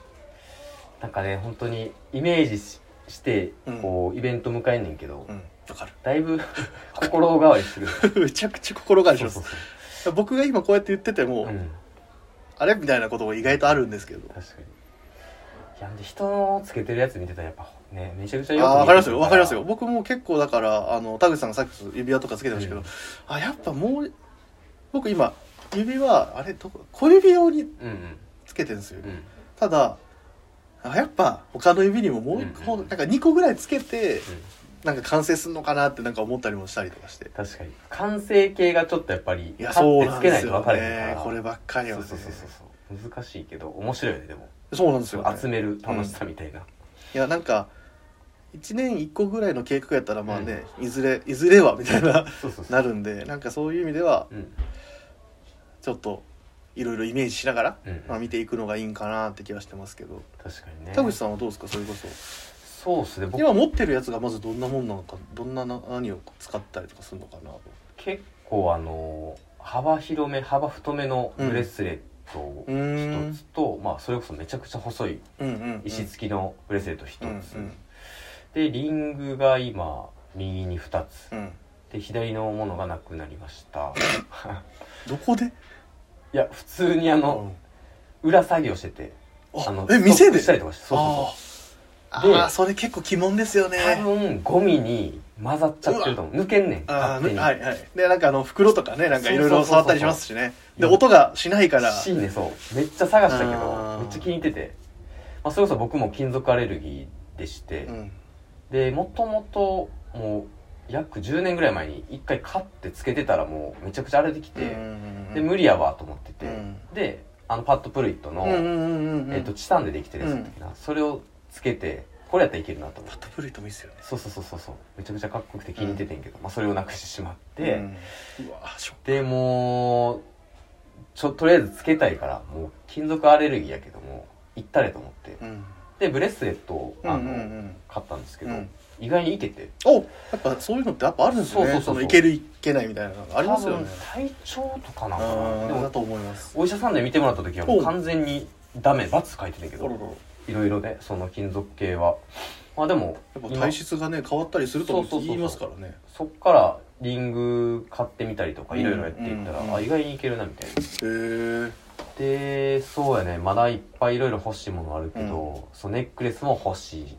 [SPEAKER 1] なんかね本当にイメージしして
[SPEAKER 2] うん
[SPEAKER 1] こう、イベント迎えんねんけど、
[SPEAKER 2] うん、わかる
[SPEAKER 1] だいぶ 心変わりす る
[SPEAKER 2] めちゃくちゃ心がけし
[SPEAKER 1] そう
[SPEAKER 2] ます
[SPEAKER 1] そうそ
[SPEAKER 2] 僕が今こうやって言ってて
[SPEAKER 1] う、
[SPEAKER 2] も、
[SPEAKER 1] うん、
[SPEAKER 2] あれみたいなことも意外とあるんですけど
[SPEAKER 1] 確かにいやで人のつけてるやつ見てたらやっぱねめちゃくちゃ
[SPEAKER 2] あ分かりますよ
[SPEAKER 1] わ
[SPEAKER 2] 分かりますよ僕も結構だからあの田口さんがさっき指輪とかつけてましたけど、
[SPEAKER 1] うん
[SPEAKER 2] あやっぱもう僕今指輪あれどこ小指用に
[SPEAKER 1] うんうん
[SPEAKER 2] つけてるんですよ、
[SPEAKER 1] うん
[SPEAKER 2] ただあやっぱ他の指にももう一個、
[SPEAKER 1] うん
[SPEAKER 2] なんか2個ぐらいつけてなんか完成するのかなってなんか思ったりもしたりとかして
[SPEAKER 1] 確かに完成形がちょっとやっぱり
[SPEAKER 2] いや
[SPEAKER 1] パッ
[SPEAKER 2] そう
[SPEAKER 1] て
[SPEAKER 2] な
[SPEAKER 1] つ
[SPEAKER 2] ん
[SPEAKER 1] け
[SPEAKER 2] で
[SPEAKER 1] ない
[SPEAKER 2] す
[SPEAKER 1] と
[SPEAKER 2] よ
[SPEAKER 1] 分かれへんから
[SPEAKER 2] ねこればっかり
[SPEAKER 1] そ
[SPEAKER 2] は、
[SPEAKER 1] う
[SPEAKER 2] ね、
[SPEAKER 1] そうそうそうそう難しいけど面白いよねでも
[SPEAKER 2] そうなんですよ、ね、
[SPEAKER 1] 集める楽しさみたいな、
[SPEAKER 2] いやなんか1年1個ぐらいの計画やったらまあね、いずれいずれはみたいな
[SPEAKER 1] そうそうそう
[SPEAKER 2] なるんでなんかそういう意味では
[SPEAKER 1] うん
[SPEAKER 2] ちょっといろいろイメージしながら、
[SPEAKER 1] うん
[SPEAKER 2] まあ、見ていくのがいいんかなって気はしてますけど、
[SPEAKER 1] 確かにね
[SPEAKER 2] 田口さんはどうですかそれこそ
[SPEAKER 1] そうっすね僕
[SPEAKER 2] 今持ってるやつがまずどんなもんなのかどんなな何を使ったりとかするのかなと
[SPEAKER 1] 結構あの幅広め幅太めのブレスレットを
[SPEAKER 2] うー
[SPEAKER 1] 一
[SPEAKER 2] ん
[SPEAKER 1] つと、まあそれこそめちゃくちゃ細い
[SPEAKER 2] うんうんうん
[SPEAKER 1] 石付きのブレスレット一つ、
[SPEAKER 2] うんうん
[SPEAKER 1] でリングが今右に二つ
[SPEAKER 2] うん
[SPEAKER 1] で左のものがなくなりました
[SPEAKER 2] どこで
[SPEAKER 1] いや普通にあの裏作業しててあ
[SPEAKER 2] あ
[SPEAKER 1] の
[SPEAKER 2] え店で
[SPEAKER 1] ストックしたりとかしてそうそうそう
[SPEAKER 2] あ
[SPEAKER 1] で
[SPEAKER 2] ーあーそれ結構鬼門ですよね
[SPEAKER 1] 多分ゴミに混ざっちゃってると思う抜けんねん
[SPEAKER 2] あ
[SPEAKER 1] 勝手
[SPEAKER 2] ー
[SPEAKER 1] に、
[SPEAKER 2] はいはいでなんかあの袋とかねなんかいろ
[SPEAKER 1] そうそうそう
[SPEAKER 2] いろ
[SPEAKER 1] そう
[SPEAKER 2] 触ったりしますしねで
[SPEAKER 1] うん
[SPEAKER 2] 音がしないから
[SPEAKER 1] しいねそうめっちゃ探したけ
[SPEAKER 2] あ
[SPEAKER 1] ど
[SPEAKER 2] ー
[SPEAKER 1] めっちゃ気に入ってて、まあ、それこそ僕も金属アレルギーでして、
[SPEAKER 2] うん
[SPEAKER 1] でもともともう約10年ぐらい前に一回買ってつけてたらもうめちゃくちゃ荒れてき
[SPEAKER 2] うんう
[SPEAKER 1] て、
[SPEAKER 2] んうん
[SPEAKER 1] で無理やわと思ってて、
[SPEAKER 2] うん
[SPEAKER 1] であのパッドプルイットの、
[SPEAKER 2] うんうんうんうん
[SPEAKER 1] えっとチタンでできてるやつだったっけな、それをつけてこれやったらいけるなと思っ
[SPEAKER 2] パッ
[SPEAKER 1] て
[SPEAKER 2] ドプルイトもいいっすよね
[SPEAKER 1] そうそうそうそうそうめちゃくちゃかっこよくて気に入っててんけど、まあ、それをなくしてしまって、
[SPEAKER 2] うんうわーショッ
[SPEAKER 1] でもうちょとりあえずつけたいからもう金属アレルギーやけども行ったれと思って
[SPEAKER 2] クうん
[SPEAKER 1] でブレスレットを
[SPEAKER 2] う
[SPEAKER 1] あ
[SPEAKER 2] ん
[SPEAKER 1] の、
[SPEAKER 2] うんうん
[SPEAKER 1] 買ったんですけど、
[SPEAKER 2] うん
[SPEAKER 1] 意外にいけて
[SPEAKER 2] おやっぱそういうのってやっぱあるんですよ
[SPEAKER 1] そう
[SPEAKER 2] ね
[SPEAKER 1] そうそう
[SPEAKER 2] そ
[SPEAKER 1] そう
[SPEAKER 2] のいけるいけないみたいなのがありますよ
[SPEAKER 1] 多
[SPEAKER 2] ね
[SPEAKER 1] 分体調とかな
[SPEAKER 2] あ
[SPEAKER 1] で
[SPEAKER 2] あだ
[SPEAKER 1] も
[SPEAKER 2] と思います
[SPEAKER 1] お医者さんで見てもらった時はもう完全にダメ×書いてたけ
[SPEAKER 2] あ
[SPEAKER 1] ど
[SPEAKER 2] ららや
[SPEAKER 1] いろいろねその金属系はまあでも
[SPEAKER 2] っぱ
[SPEAKER 1] 今
[SPEAKER 2] 体質がね変わったりすると
[SPEAKER 1] そうそうそう
[SPEAKER 2] も
[SPEAKER 1] そう
[SPEAKER 2] 言いますからね
[SPEAKER 1] そっからリング買ってみたりとかいろいろやっていったら、
[SPEAKER 2] うんうんうん
[SPEAKER 1] あ意外にいけるなみたいな
[SPEAKER 2] へえ
[SPEAKER 1] でそうやねまだいっぱいいろいろ欲しいものあるけど、そのネックレスも欲しい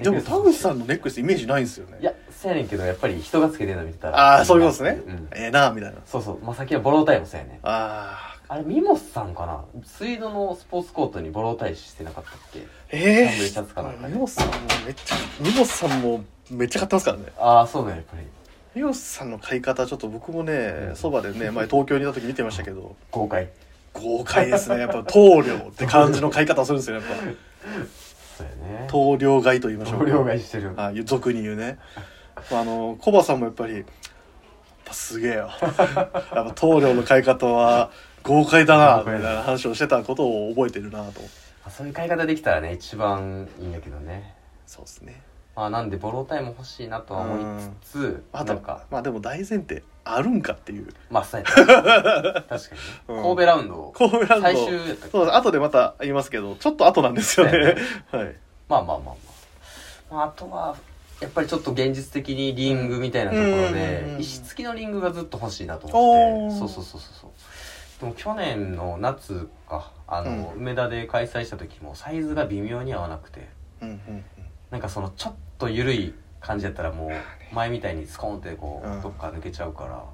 [SPEAKER 2] でも田口さんのネックレスイメージないんですよね
[SPEAKER 1] いやそうやねんけどやっぱり人がつけてるの見てたら
[SPEAKER 2] ああーそういうことですね
[SPEAKER 1] うん、
[SPEAKER 2] ええなーみたいな
[SPEAKER 1] そうそうまあ先はボロータイもそうやね
[SPEAKER 2] ああ
[SPEAKER 1] あれミモスさんかな水道のスポーツコートにボロータイしてなかったっけ
[SPEAKER 2] ええ
[SPEAKER 1] サンドイッチシャツかなんかね
[SPEAKER 2] ミモスさんもめっちゃミモスさんもめっちゃ買ってますからね
[SPEAKER 1] ああそうねやっぱり
[SPEAKER 2] ミモスさんの買い方ちょっと僕もね
[SPEAKER 1] ん
[SPEAKER 2] そば、でね前東京にいた時見てましたけど
[SPEAKER 1] 豪快
[SPEAKER 2] 豪快ですねやっぱ棟梁って感じの買い方をするんですよやっぱ
[SPEAKER 1] そうやね
[SPEAKER 2] 棟梁買いと言いましょうか
[SPEAKER 1] 棟梁買いしてる
[SPEAKER 2] あ俗に言うねまああのコバさんもやっぱりやっぱすげえよやっぱ棟梁の買い方は豪快だなみたいな話をしてたことを覚えてるなと
[SPEAKER 1] あそういう買い方できたらね一番いいんだけどね
[SPEAKER 2] そうですね
[SPEAKER 1] まあなんでボロータイも欲しいなとは思いつつ
[SPEAKER 2] あ
[SPEAKER 1] な
[SPEAKER 2] と
[SPEAKER 1] んか
[SPEAKER 2] まあでも大前提あるんかっていう
[SPEAKER 1] まあそうやね確かに
[SPEAKER 2] う
[SPEAKER 1] ね
[SPEAKER 2] ん
[SPEAKER 1] 神戸ラウンドを
[SPEAKER 2] 神戸ランド
[SPEAKER 1] 最終やったっけ
[SPEAKER 2] そう後でまた言いますけどちょっと後なんですよねはい
[SPEAKER 1] まあまあまあまあ、まあ、あとはやっぱりちょっと現実的にリングみたいなところ
[SPEAKER 2] うんうんう
[SPEAKER 1] で
[SPEAKER 2] ん
[SPEAKER 1] 石付きのリングがずっと欲しいなと思ってて
[SPEAKER 2] お
[SPEAKER 1] そ
[SPEAKER 2] ー
[SPEAKER 1] うそうそうそうでも去年の夏かあの、梅田で開催した時もサイズが微妙に合わなくて
[SPEAKER 2] うんうん
[SPEAKER 1] なんかそのちょっと緩い感じだったらもう前みたいにスコーンってこう、
[SPEAKER 2] うん
[SPEAKER 1] どっか抜けちゃうからも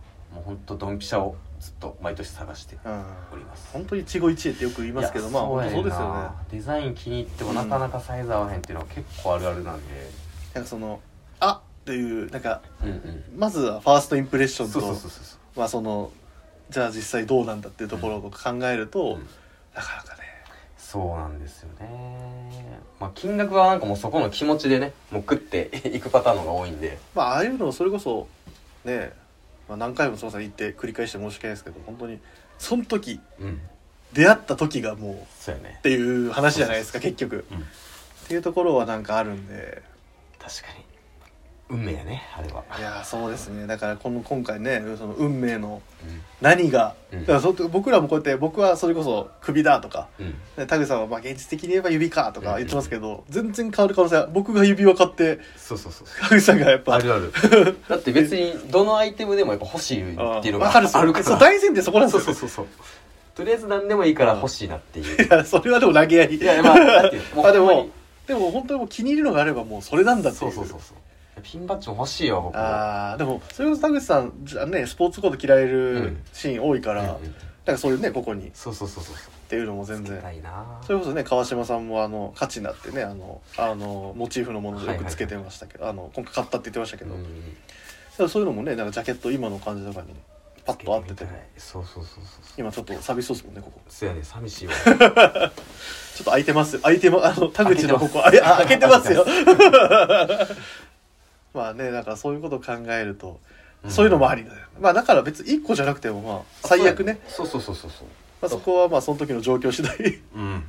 [SPEAKER 1] うほんとドンピシャをずっと毎年探して
[SPEAKER 2] うんうん
[SPEAKER 1] おります
[SPEAKER 2] 本当に一期一会ってよく言いますけどまあ本当そうですよね
[SPEAKER 1] ねデザイン気に入ってもなかなかサイズ合わへんっていうのは結構あるあるなんで
[SPEAKER 2] なんかその「あっ」ていうなんか
[SPEAKER 1] うんうん
[SPEAKER 2] まずはファーストインプレッション
[SPEAKER 1] そうそう
[SPEAKER 2] と
[SPEAKER 1] そうそう
[SPEAKER 2] まあそのじゃあ実際どうなんだっていうところを考えると、
[SPEAKER 1] うん
[SPEAKER 2] なかなかね
[SPEAKER 1] そうなんですよねまあ金額はなんかもうそこの気持ちでねもう食っていくパターンの方が多いんで
[SPEAKER 2] まあああいうのをそれこそね、まあ、何回もすみません言って繰り返して申し訳ないですけど本当にその時
[SPEAKER 1] うん
[SPEAKER 2] 出会った時がもうっ
[SPEAKER 1] そうやね
[SPEAKER 2] ていう話じゃないですか結局、
[SPEAKER 1] うん
[SPEAKER 2] っていうところはなんかあるんで
[SPEAKER 1] 確かに運命やねあれはい
[SPEAKER 2] やーそうですねだからこの今回ねその運命の
[SPEAKER 1] う
[SPEAKER 2] 何が、
[SPEAKER 1] うん
[SPEAKER 2] だからそ僕らもこうやって僕はそれこそ首だとか
[SPEAKER 1] んうん
[SPEAKER 2] ね田口さんはまあ現実的に言えば指かと
[SPEAKER 1] うんう
[SPEAKER 2] か
[SPEAKER 1] ん
[SPEAKER 2] 言ってますけど、全然変わる可能性は僕が指を買って
[SPEAKER 1] そうそうそうそう
[SPEAKER 2] 田口さんがやっぱ
[SPEAKER 1] あるあるだって別にどのアイテムでもやっぱ欲しいっていうのが
[SPEAKER 2] わかるっすよ
[SPEAKER 1] あるか
[SPEAKER 2] そう
[SPEAKER 1] ら
[SPEAKER 2] 大前提そこなんです
[SPEAKER 1] そ
[SPEAKER 2] よ
[SPEAKER 1] う
[SPEAKER 2] ね、
[SPEAKER 1] そうそうそうとりあえず何でもいいから欲しいなっていう
[SPEAKER 2] いやそれはでも投げ合い
[SPEAKER 1] いやまあだってもう
[SPEAKER 2] あで
[SPEAKER 1] ほんま
[SPEAKER 2] も
[SPEAKER 1] に
[SPEAKER 2] でも本当にもう気に入るのがあればもうそれなんだって
[SPEAKER 1] そ
[SPEAKER 2] いう
[SPEAKER 1] うそうそうそうピンバッジも欲しいわ僕は
[SPEAKER 2] ああでもそれこそ田口さんじゃあねスポーツコート着られ
[SPEAKER 1] う
[SPEAKER 2] る
[SPEAKER 1] ん
[SPEAKER 2] シーン多いか
[SPEAKER 1] うんう
[SPEAKER 2] ら、
[SPEAKER 1] ん
[SPEAKER 2] なんかそういうねここに
[SPEAKER 1] そうそうそうそうそう
[SPEAKER 2] っていうのも全
[SPEAKER 1] つ
[SPEAKER 2] 然
[SPEAKER 1] けたいな
[SPEAKER 2] それこそね川島さんもあの価値になってねあのあのモチーフのものでよくつけてましたけど、あの今回買ったって言ってましたけど、
[SPEAKER 1] うん
[SPEAKER 2] だからそういうのもねなんかジャケット今の感じとかにパッと合ってて
[SPEAKER 1] つけみたいそうそうそうそう
[SPEAKER 2] 今ちょっと寂しそうですもんねここ
[SPEAKER 1] そやね寂しいわ
[SPEAKER 2] ちょっと開いてます開いてまあの田口のここあれあ開けてますよ まあねなんかそういうことを考えると、そういうのもありだよまあだから別に1個じゃなくてもまあ最悪ね
[SPEAKER 1] そうそうそうそうそう
[SPEAKER 2] まあ、そこはまあその時の状況次第
[SPEAKER 1] うん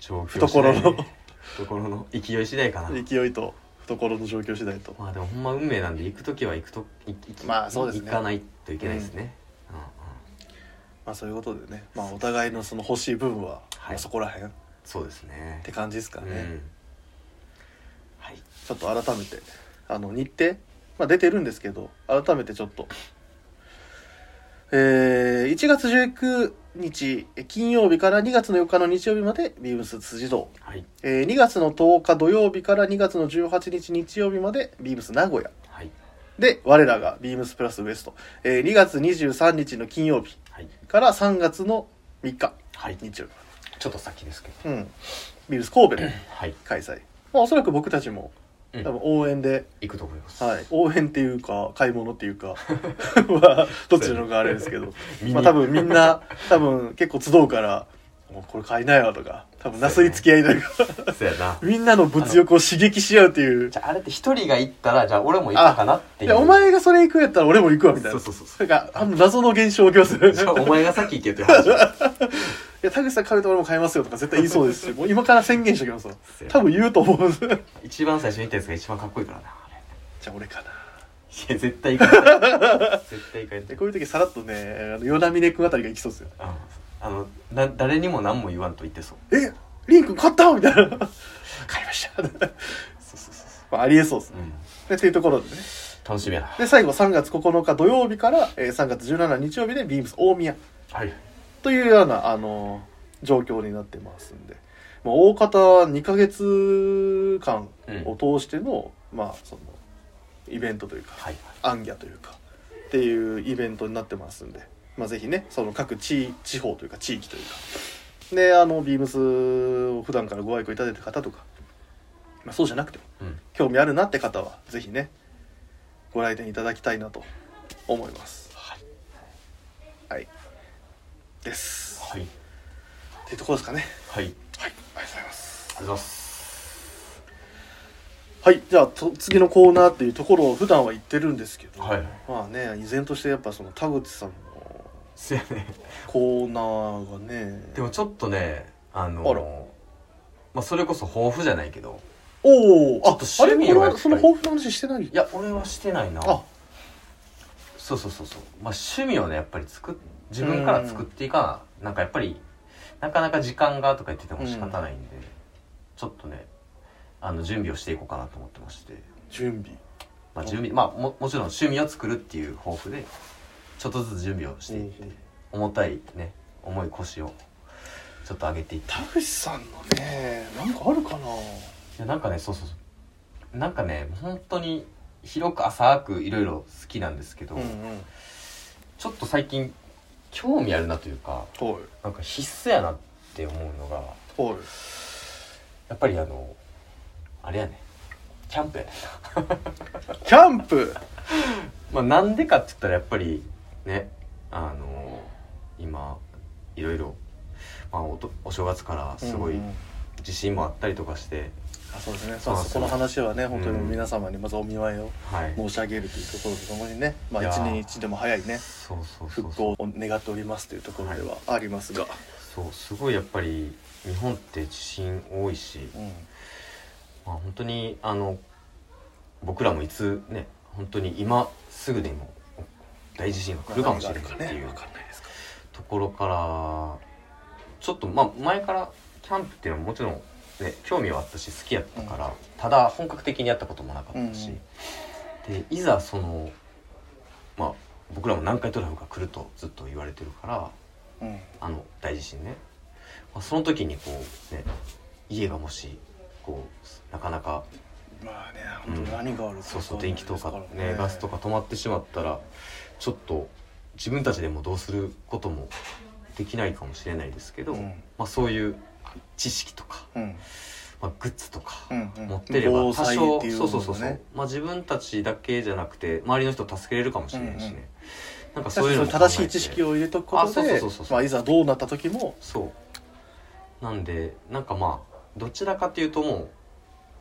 [SPEAKER 1] 状況
[SPEAKER 2] 懐の
[SPEAKER 1] 次第ね懐の勢い次第かな
[SPEAKER 2] 勢いと懐の状況次第と
[SPEAKER 1] まあでもほんま運命なんで行く時は行くといい
[SPEAKER 2] まあそうですね
[SPEAKER 1] 行かないといけないですね、うんうん
[SPEAKER 2] まあそういうことでね、まあ、お互いのその欲しい部分は、
[SPEAKER 1] はい
[SPEAKER 2] まあそこら辺っ
[SPEAKER 1] そうですね
[SPEAKER 2] て感じですかね、
[SPEAKER 1] うんはい
[SPEAKER 2] ちょっと改めてあの日程、まあ、出てるんですけど改めてちょっとえー、1月19日え金曜日から2月の4日の日曜日までビームス辻堂、
[SPEAKER 1] はい
[SPEAKER 2] えー、2月の10日土曜日から2月の18日日曜日までビームス名古屋
[SPEAKER 1] はい
[SPEAKER 2] で我らがビームスプラスウエスト、えー、2月23日の金曜日
[SPEAKER 1] はい
[SPEAKER 2] から3月の3日
[SPEAKER 1] はい
[SPEAKER 2] 日曜日
[SPEAKER 1] ちょっと先ですけど
[SPEAKER 2] うん、ビールス神戸で
[SPEAKER 1] はい
[SPEAKER 2] 開 催、まあ、おそらく僕たちも
[SPEAKER 1] うん
[SPEAKER 2] 多分応援で、
[SPEAKER 1] 行くと思います
[SPEAKER 2] はい、応援っていうか買い物っていうかはどっちなのかあれですけど、
[SPEAKER 1] 見に
[SPEAKER 2] まあ、多分みんな多分結構集うから「もうこれ買いなよ」とか多分なすり付き合いというか
[SPEAKER 1] そうやな
[SPEAKER 2] みんなの物欲を刺激し合うっていう
[SPEAKER 1] じゃああれって一人が行ったらじゃあ俺も行くかなって
[SPEAKER 2] い
[SPEAKER 1] いう
[SPEAKER 2] やお前がそれ行くんやったら俺も行くわみたい
[SPEAKER 1] そ
[SPEAKER 2] な
[SPEAKER 1] うそうそうそ
[SPEAKER 2] なんかあの謎の現象を起きます
[SPEAKER 1] うじゃあお前が先行けっていう話
[SPEAKER 2] いや田口さん買うと俺も買いますよとか絶対言いそうですしもう今から宣言しておきますわ
[SPEAKER 1] うや
[SPEAKER 2] 多分言うと思うんですじ
[SPEAKER 1] 一番最初に行ったやつが一番かっこいいからなあれ
[SPEAKER 2] ゃあ俺かない
[SPEAKER 1] や 絶対行かない絶対行かない
[SPEAKER 2] でこういう時さらっとねあの与那峰君あたりが行きそうですよ
[SPEAKER 1] あのあのな誰にも何も言わんと言ってそう
[SPEAKER 2] 「えリン君買った?」みたいな「買いました」
[SPEAKER 1] そうそうそうそ
[SPEAKER 2] まあ、ありえそうです
[SPEAKER 1] う、
[SPEAKER 2] ね
[SPEAKER 1] うん、
[SPEAKER 2] でというところでね
[SPEAKER 1] 楽しみやな
[SPEAKER 2] で最後3月9日土曜日から、えー3月17日曜日でビームス大宮
[SPEAKER 1] はい
[SPEAKER 2] というような、あのー状況になってますんで、まあ、大方2ヶ月間を通しての、まあそのイベントというか
[SPEAKER 1] はい
[SPEAKER 2] アンギャというかっていうイベントになってますんで、まあ、ぜひねその各地地方というか地域というかであのビームスを普段からご愛顧いただいてる方とか、まあ、そうじゃなくても
[SPEAKER 1] うん
[SPEAKER 2] 興味あるなって方はぜひねご来店いただきたいなと思います
[SPEAKER 1] はい
[SPEAKER 2] はいです
[SPEAKER 1] はいはい
[SPEAKER 2] っていうところですかね
[SPEAKER 1] あり
[SPEAKER 2] はいありがとうございます
[SPEAKER 1] がとうございます
[SPEAKER 2] はいじゃあと次のコーナーっていうところを普段は言ってるんですけど、
[SPEAKER 1] はい
[SPEAKER 2] まあね依然としてやっぱその田口さんの
[SPEAKER 1] そやね
[SPEAKER 2] コーナーがね
[SPEAKER 1] でもちょっとねあの
[SPEAKER 2] あら
[SPEAKER 1] まあ、それこそ抱負じゃないけど
[SPEAKER 2] おおあ
[SPEAKER 1] ちょっと趣味をや
[SPEAKER 2] あれ俺
[SPEAKER 1] っぱ
[SPEAKER 2] は
[SPEAKER 1] り
[SPEAKER 2] その抱負の話してない
[SPEAKER 1] いや俺はしてないな
[SPEAKER 2] あ
[SPEAKER 1] そうそうそうそう、まあ、趣味をねやっぱり作っ自分から作っていかななんかやっぱりなかなか時間がとか言ってても仕方ないんで、ちょっとねあの準備をしていこうかなと思ってまして、
[SPEAKER 2] 準備
[SPEAKER 1] まあ、準備まあももちろん趣味を作るっていう抱負でちょっとずつ準備をしていって、重たいね重い腰をちょっと上げていって
[SPEAKER 2] 田口さんのねなんかあるかない
[SPEAKER 1] やなんかねそうそうそうなんかね本当に広く浅くいろいろ好きなんですけど、
[SPEAKER 2] うんうん
[SPEAKER 1] ちょっと最近興味あるなというか
[SPEAKER 2] はい
[SPEAKER 1] なんか必須やなって思うのが
[SPEAKER 2] はい
[SPEAKER 1] やっぱりあのあれやねキャンプやね
[SPEAKER 2] キャンプ
[SPEAKER 1] まあなんでかって言ったらやっぱりねあの今いろいろ、まあ、おとお正月からすごい
[SPEAKER 2] うんうん
[SPEAKER 1] 自信もあったりとかして、
[SPEAKER 2] あそうですね
[SPEAKER 1] そうそ
[SPEAKER 2] そ
[SPEAKER 1] う
[SPEAKER 2] そこの話はね本当に皆様にまずお見舞いを
[SPEAKER 1] はい
[SPEAKER 2] 申し上げるというところとともにね、まあ、
[SPEAKER 1] いやー
[SPEAKER 2] 一年一でも早いね
[SPEAKER 1] そうそうそう
[SPEAKER 2] 復
[SPEAKER 1] そう
[SPEAKER 2] 興を願っておりますというところではありますが、
[SPEAKER 1] そうすごいやっぱり日本って地震多いし、
[SPEAKER 2] うん
[SPEAKER 1] まあ、本当にあの僕らもいつね本当に今すぐでも大地震が来るかもしれないって
[SPEAKER 2] 何がある
[SPEAKER 1] いう
[SPEAKER 2] かねわかんないですか
[SPEAKER 1] ところからちょっとまあ前からキャンプっていうのはもちろん、ね、興味はあったし好きやったから、ただ本格的にやったこともなかったし、でいざそのまあ僕らも南海トラフが来るとずっと言われてるから
[SPEAKER 2] ら、うん
[SPEAKER 1] あの大地震ね、まあ、その時にこうね家がもしこうなかなか
[SPEAKER 2] まあね本当に何があるかわかんないです
[SPEAKER 1] そ
[SPEAKER 2] ら
[SPEAKER 1] うそう電気とかねガスとか止まってしまったらちょっと自分たちでもどうすることもできないかもしれないですけど、
[SPEAKER 2] うん
[SPEAKER 1] まあ、そういう知識とか、
[SPEAKER 2] うん
[SPEAKER 1] まあ、グッズとか、
[SPEAKER 2] うんうん
[SPEAKER 1] 持ってれば
[SPEAKER 2] 防
[SPEAKER 1] 多
[SPEAKER 2] 災
[SPEAKER 1] 少
[SPEAKER 2] っていう
[SPEAKER 1] そうそうそう
[SPEAKER 2] も
[SPEAKER 1] そ
[SPEAKER 2] のが
[SPEAKER 1] う
[SPEAKER 2] ね、
[SPEAKER 1] まあ、自分たちだけじゃなくて周りの人を助けれるかもしれないしね、
[SPEAKER 2] うんうん
[SPEAKER 1] なんかそう
[SPEAKER 2] 確
[SPEAKER 1] いうの
[SPEAKER 2] かに
[SPEAKER 1] も
[SPEAKER 2] 正しい
[SPEAKER 1] 考えて
[SPEAKER 2] 知識を入れとくこと
[SPEAKER 1] あそう
[SPEAKER 2] で
[SPEAKER 1] そうそうそう
[SPEAKER 2] まあいざどうなった時も
[SPEAKER 1] そうなんでなんかまあどちらかというとも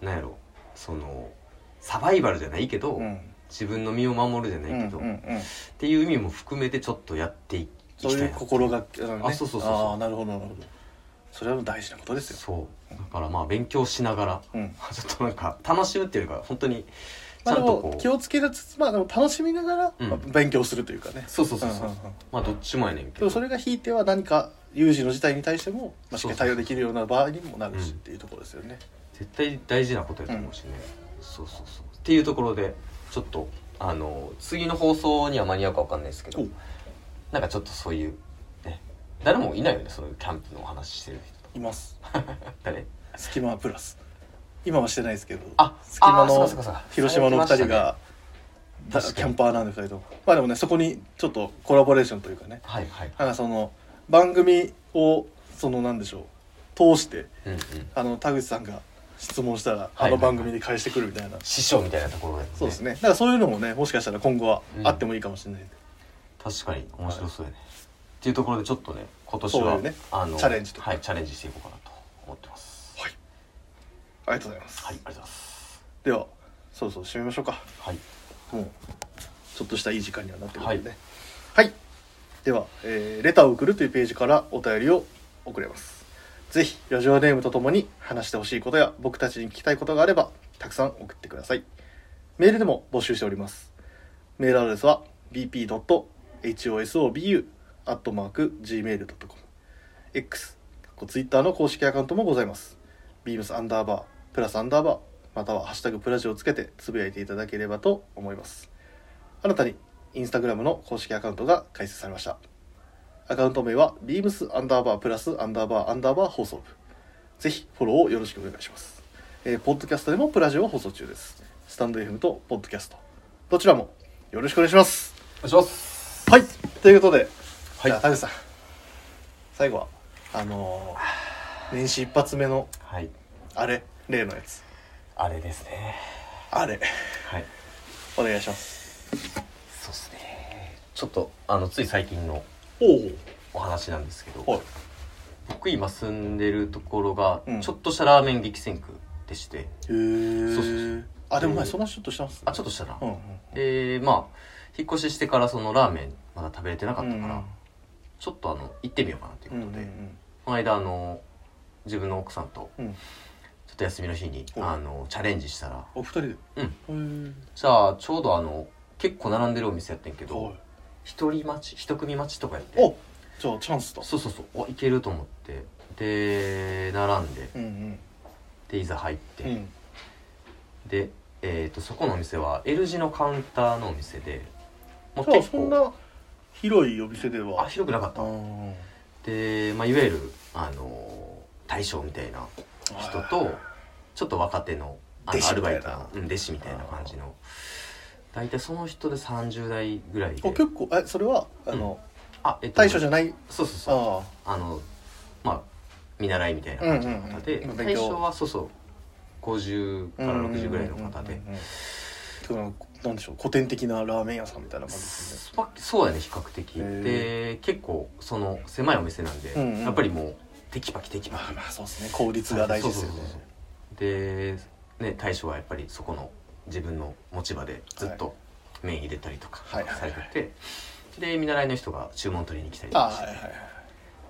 [SPEAKER 1] うなんやろそのサバイバルじゃないけど、
[SPEAKER 2] うん
[SPEAKER 1] 自分の身を守るじゃ
[SPEAKER 2] う
[SPEAKER 1] ない
[SPEAKER 2] ん
[SPEAKER 1] けど、
[SPEAKER 2] うんうん
[SPEAKER 1] っていう意味も含めてちょっとやっていき
[SPEAKER 2] そう
[SPEAKER 1] たい
[SPEAKER 2] いう
[SPEAKER 1] な
[SPEAKER 2] 心がけなのね
[SPEAKER 1] あそうそうそうそう
[SPEAKER 2] ああなるほどなるほどそれは大事なことですよ
[SPEAKER 1] そうだからまあ勉強しながら
[SPEAKER 2] うん
[SPEAKER 1] ちょっとなんか楽しむっていうか本当にち
[SPEAKER 2] ま
[SPEAKER 1] ゃ
[SPEAKER 2] あ
[SPEAKER 1] ん
[SPEAKER 2] で
[SPEAKER 1] とこ
[SPEAKER 2] も
[SPEAKER 1] う
[SPEAKER 2] 気をつけつつまあでも楽しみながら
[SPEAKER 1] うん
[SPEAKER 2] まあ勉強するというかね
[SPEAKER 1] そうそうそうそう、
[SPEAKER 2] んんん
[SPEAKER 1] まあどっちもやねんけ
[SPEAKER 2] で
[SPEAKER 1] ど
[SPEAKER 2] もそれがひいては何か有事の事態に対してもまあしっかり対応できるような場合にもなるし
[SPEAKER 1] う
[SPEAKER 2] っ
[SPEAKER 1] ん
[SPEAKER 2] ていうところですよね
[SPEAKER 1] 絶対大事なことやと思うしね、そうそうそうっていうところでちょっとあの次の放送には間に合うかわかんないですけど
[SPEAKER 2] お
[SPEAKER 1] なんかちょっとそういうね誰もいないよねそのキャンプのお話してる人
[SPEAKER 2] います
[SPEAKER 1] 誰
[SPEAKER 2] 隙間プラス今はしてないですけど
[SPEAKER 1] あ
[SPEAKER 2] 隙間
[SPEAKER 1] あーそう
[SPEAKER 2] の
[SPEAKER 1] かそうかそうか
[SPEAKER 2] 広島の2
[SPEAKER 1] そ
[SPEAKER 2] 人
[SPEAKER 1] れは
[SPEAKER 2] がだ
[SPEAKER 1] 確かに
[SPEAKER 2] キャンパーなんで2人ともまあでもねそこにちょっとコラボレーションというかね
[SPEAKER 1] 来ましたねはいはい
[SPEAKER 2] なんかその番組をそのなんでしょう通して
[SPEAKER 1] うんうん
[SPEAKER 2] あの田口さんが質問したら
[SPEAKER 1] は
[SPEAKER 2] あ
[SPEAKER 1] い
[SPEAKER 2] の番組で返してくるみたいな、
[SPEAKER 1] 師匠みたいなところだよね
[SPEAKER 2] そうですねだからそういうのもねもしかしたら今後は
[SPEAKER 1] うん
[SPEAKER 2] あってもいいかもしれない、
[SPEAKER 1] 確かに面白そうやね、っていうところでちょっとね今年
[SPEAKER 2] そう
[SPEAKER 1] は、
[SPEAKER 2] よね
[SPEAKER 1] あの
[SPEAKER 2] チャレンジと
[SPEAKER 1] はいチャレンジしていこうかなと思ってます
[SPEAKER 2] はいありがとうございます、
[SPEAKER 1] はいありがとうございます
[SPEAKER 2] ではそろそろ締めましょうか
[SPEAKER 1] はい
[SPEAKER 2] もうちょっとしたいい時間にはなってくるので
[SPEAKER 1] は
[SPEAKER 2] ねはい、では、えーレターを送る」というページからお便りを送れますぜひラジオネームとともに話してほしいことや僕たちに聞きたいことがあればたくさん送ってくださいメールでも募集しておりますメールアドレスは bp.hosobu.gmail.com X、ツイッターの公式アカウントもございます。beams アンダーバー、プラスアンダーバー、またはハッシュタグプラジをつけてつぶやいていただければと思います。新たにインスタグラムの公式アカウントが開設されました。アカウント名は beams アンダーバープラスアンダーバーアンダーバー放送部。ぜひフォローをよろしくお願いします。えーポッドキャストでもプラジオを放送中です。スタンド FM とポッドキャスト。どちらもよろしくお願いします。
[SPEAKER 1] お願いします
[SPEAKER 2] はい。ということで、
[SPEAKER 1] はい
[SPEAKER 2] じゃあ、田口さん、最後は、あのー年始一発目の、
[SPEAKER 1] はい
[SPEAKER 2] あれ、例のやつ、
[SPEAKER 1] あれですね
[SPEAKER 2] あれ、
[SPEAKER 1] はい
[SPEAKER 2] お願いします。
[SPEAKER 1] そうですねちょっとあのつい最近の
[SPEAKER 2] お
[SPEAKER 1] お話なんですけど、
[SPEAKER 2] はい。
[SPEAKER 1] 僕今住んでるところが、
[SPEAKER 2] うん
[SPEAKER 1] ちょっとしたラーメン激戦区でして
[SPEAKER 2] へー
[SPEAKER 1] そうそうそう
[SPEAKER 2] あ、でも前、
[SPEAKER 1] うん
[SPEAKER 2] そんな話ちょっとしてます、
[SPEAKER 1] あちょっとしたな、
[SPEAKER 2] うんうん。
[SPEAKER 1] でまあ引っ越ししてからそのラーメンまだ食べれてなかったから、ちょっとあの行ってみようかなという
[SPEAKER 2] う
[SPEAKER 1] こ
[SPEAKER 2] ん
[SPEAKER 1] と
[SPEAKER 2] うん
[SPEAKER 1] で、この間あの自分の奥さんと
[SPEAKER 2] うんうん。
[SPEAKER 1] ちょっと休みの日に
[SPEAKER 2] お
[SPEAKER 1] あのチャレンジしたら
[SPEAKER 2] お二人で。うん。へ
[SPEAKER 1] じゃあちょうどあの結構並んでるお店やってんけ
[SPEAKER 2] ー
[SPEAKER 1] ど
[SPEAKER 2] はい。
[SPEAKER 1] 一人待ち一組待ちとかやって
[SPEAKER 2] おじゃあ、チャンスだ。
[SPEAKER 1] そうそうそうおいけると思ってで並んで
[SPEAKER 2] うん
[SPEAKER 1] でいざ入って、
[SPEAKER 2] うん。うん。
[SPEAKER 1] で、えー、とそこのお店は L 字のカウンターのお店でもう
[SPEAKER 2] じゃあ、
[SPEAKER 1] 結
[SPEAKER 2] そ
[SPEAKER 1] 構
[SPEAKER 2] んな広いお店で
[SPEAKER 1] あ
[SPEAKER 2] は。
[SPEAKER 1] 広くなかった
[SPEAKER 2] うんはい
[SPEAKER 1] で、まあ、いわゆる、あのー大将みたいな人とちょっと若手のあ
[SPEAKER 2] 弟
[SPEAKER 1] の
[SPEAKER 2] 子
[SPEAKER 1] アルバイ
[SPEAKER 2] みた
[SPEAKER 1] ト
[SPEAKER 2] いな
[SPEAKER 1] のうん弟子みたいな感じの大体その人で30代ぐらいで
[SPEAKER 2] お結構、え、それは、あの、
[SPEAKER 1] あ、えっと、
[SPEAKER 2] 大将じゃ
[SPEAKER 1] ゃ
[SPEAKER 2] ない。
[SPEAKER 1] そうそうそう
[SPEAKER 2] ああ。
[SPEAKER 1] あのまあ見習いみたいな感じの方で、
[SPEAKER 2] うんうんうん勉
[SPEAKER 1] 大
[SPEAKER 2] 強
[SPEAKER 1] 将はそうそう50から60ぐらいの方で
[SPEAKER 2] うんうんうんうんてかなんかなんでしょう古典的なラーメン屋さんみたいな感じです
[SPEAKER 1] まあそうやね比較的
[SPEAKER 2] へー
[SPEAKER 1] で結構その狭いお店なんで、
[SPEAKER 2] うんうん
[SPEAKER 1] やっぱりもうテキパキテキ
[SPEAKER 2] よね
[SPEAKER 1] パ
[SPEAKER 2] まあ
[SPEAKER 1] キ
[SPEAKER 2] まあそうですね効率が大事ですよね
[SPEAKER 1] そうそうそうそうで、ね、大将はやっぱりそこの自分の持ち場でずっと麺入れたりとか
[SPEAKER 2] は
[SPEAKER 1] さ
[SPEAKER 2] いはい
[SPEAKER 1] れてて、で見習いの人が注文取りに来たりと
[SPEAKER 2] あ
[SPEAKER 1] かし
[SPEAKER 2] は
[SPEAKER 1] て
[SPEAKER 2] いはいはい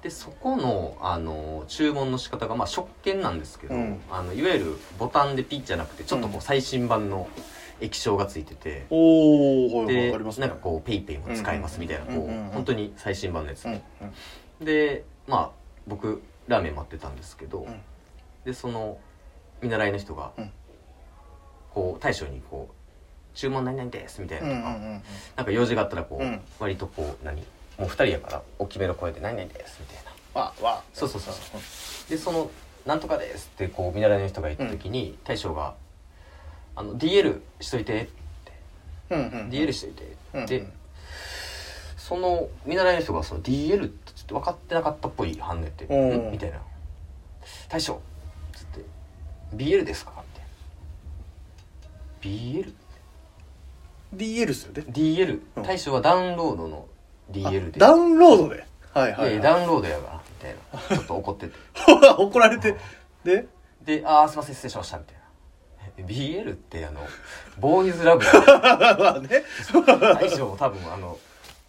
[SPEAKER 1] でそこのあの注文の仕方がまあ食券なんですけど、
[SPEAKER 2] うん
[SPEAKER 1] あのいわゆるボタンでピッじゃなくてちょっとこ
[SPEAKER 2] うん
[SPEAKER 1] う最新版の液晶がついてて。
[SPEAKER 2] おおはいはい
[SPEAKER 1] で
[SPEAKER 2] わかります
[SPEAKER 1] な
[SPEAKER 2] ね
[SPEAKER 1] んかこうペイペイも使えますみたいな、
[SPEAKER 2] うんうん
[SPEAKER 1] こ
[SPEAKER 2] うんうん
[SPEAKER 1] う本当に最新版のやつ、
[SPEAKER 2] うんうん
[SPEAKER 1] でまあ僕ラーメン待ってたんですけど、
[SPEAKER 2] うん
[SPEAKER 1] でその見習いの人が、
[SPEAKER 2] うん
[SPEAKER 1] こう大将にこう「注文何々です」みたいな
[SPEAKER 2] うんう
[SPEAKER 1] とか、
[SPEAKER 2] んうん
[SPEAKER 1] なんか用事があったらこう、
[SPEAKER 2] うん
[SPEAKER 1] 割とこう何もう2人やから大きめの声で「何々です」みたいな
[SPEAKER 2] わわ
[SPEAKER 1] そうそうそうでその「なんとかです」ってこう見習いの人が言った時に、大将が「あの DL しといて」って
[SPEAKER 2] うんうんうん
[SPEAKER 1] 「DL しといて」
[SPEAKER 2] うんうん
[SPEAKER 1] でその見習いの人がその DL ってちょっと分かってなかったっぽい反応やって「
[SPEAKER 2] うん
[SPEAKER 1] んみたいな「大将」つって「BL ですか?」みたいな
[SPEAKER 2] DL ですよね
[SPEAKER 1] BL?DL
[SPEAKER 2] うん
[SPEAKER 1] 大将はダウンロードの DL
[SPEAKER 2] あ
[SPEAKER 1] で
[SPEAKER 2] ダウンロードではい
[SPEAKER 1] いや
[SPEAKER 2] はいい、
[SPEAKER 1] や
[SPEAKER 2] は
[SPEAKER 1] ダウンロードやがみたいなちょっと怒ってて
[SPEAKER 2] い、 怒られて で
[SPEAKER 1] で「ああすいません失礼しました」みたいなえ BL ってあのボーイズラブや
[SPEAKER 2] まあね
[SPEAKER 1] 大将も多分あの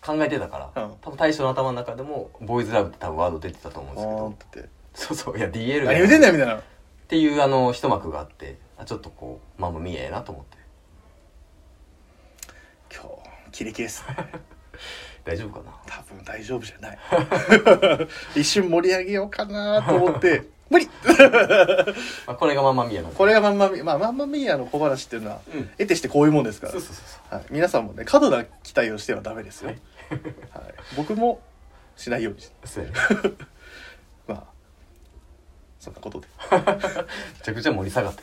[SPEAKER 1] 考えてたから、
[SPEAKER 2] うん
[SPEAKER 1] 多分大将の頭の中でもボーイズラブって多分ワード出てたと思うん
[SPEAKER 2] あ
[SPEAKER 1] ですけ
[SPEAKER 2] ー
[SPEAKER 1] ど
[SPEAKER 2] んって
[SPEAKER 1] そうそういや DL
[SPEAKER 2] 何言うてんねんみたいな
[SPEAKER 1] っていうあの一幕があってあちょっとこうまあまあ見ええなと思って
[SPEAKER 2] 今日キレキレっすね
[SPEAKER 1] 大丈夫かな
[SPEAKER 2] 多分大丈夫じゃない 一瞬盛り上げようかなと思って無理
[SPEAKER 1] まあこれがまあまあ見えな
[SPEAKER 2] これがまんまみまあまんまみやの小話っていうのは
[SPEAKER 1] うん
[SPEAKER 2] 得てしてこういうもんですから
[SPEAKER 1] そうそうそうそ
[SPEAKER 2] はい、皆さんもね過度な期待をしてはダメですよ、
[SPEAKER 1] は
[SPEAKER 2] はい
[SPEAKER 1] い
[SPEAKER 2] 僕もしないようにし
[SPEAKER 1] うそうやね
[SPEAKER 2] まあそんなことで
[SPEAKER 1] めちゃくちゃ盛り下がって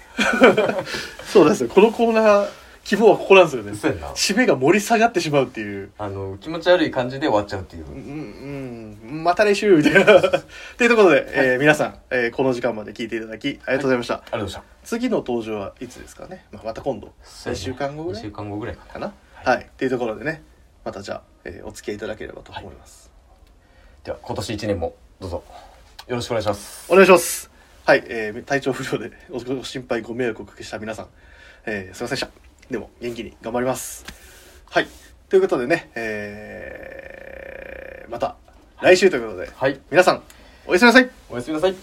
[SPEAKER 2] そうなんですよこのコーナー希望はここなんですよね
[SPEAKER 1] そうやな
[SPEAKER 2] 締めが盛り下がってしまうっていう
[SPEAKER 1] あの気持ち悪い感じで終わっちゃうっていう、
[SPEAKER 2] うんうんまた来週みたいな ということで、えー皆さん、えーこの時間まで聞いていただきありがとうございました、
[SPEAKER 1] ありがとうございま
[SPEAKER 2] 次の登場はいつですかね、まあ、また今度
[SPEAKER 1] した
[SPEAKER 2] 1週間後ぐら
[SPEAKER 1] 2週
[SPEAKER 2] い
[SPEAKER 1] 間後ぐらいか
[SPEAKER 2] かなはい、っていうところでねまたじゃあ、えーお付き合いいただければと思います、
[SPEAKER 1] では今年一年もどうぞよろしくお願いします
[SPEAKER 2] お願いしますはい、えー体調不良でおご心配ご迷惑をおかけした皆さん、えーすいませんでしたでも元気に頑張りますはいということでねえーまた来週ということで、
[SPEAKER 1] はい
[SPEAKER 2] 皆さんおやすみなさい
[SPEAKER 1] おやすみなさい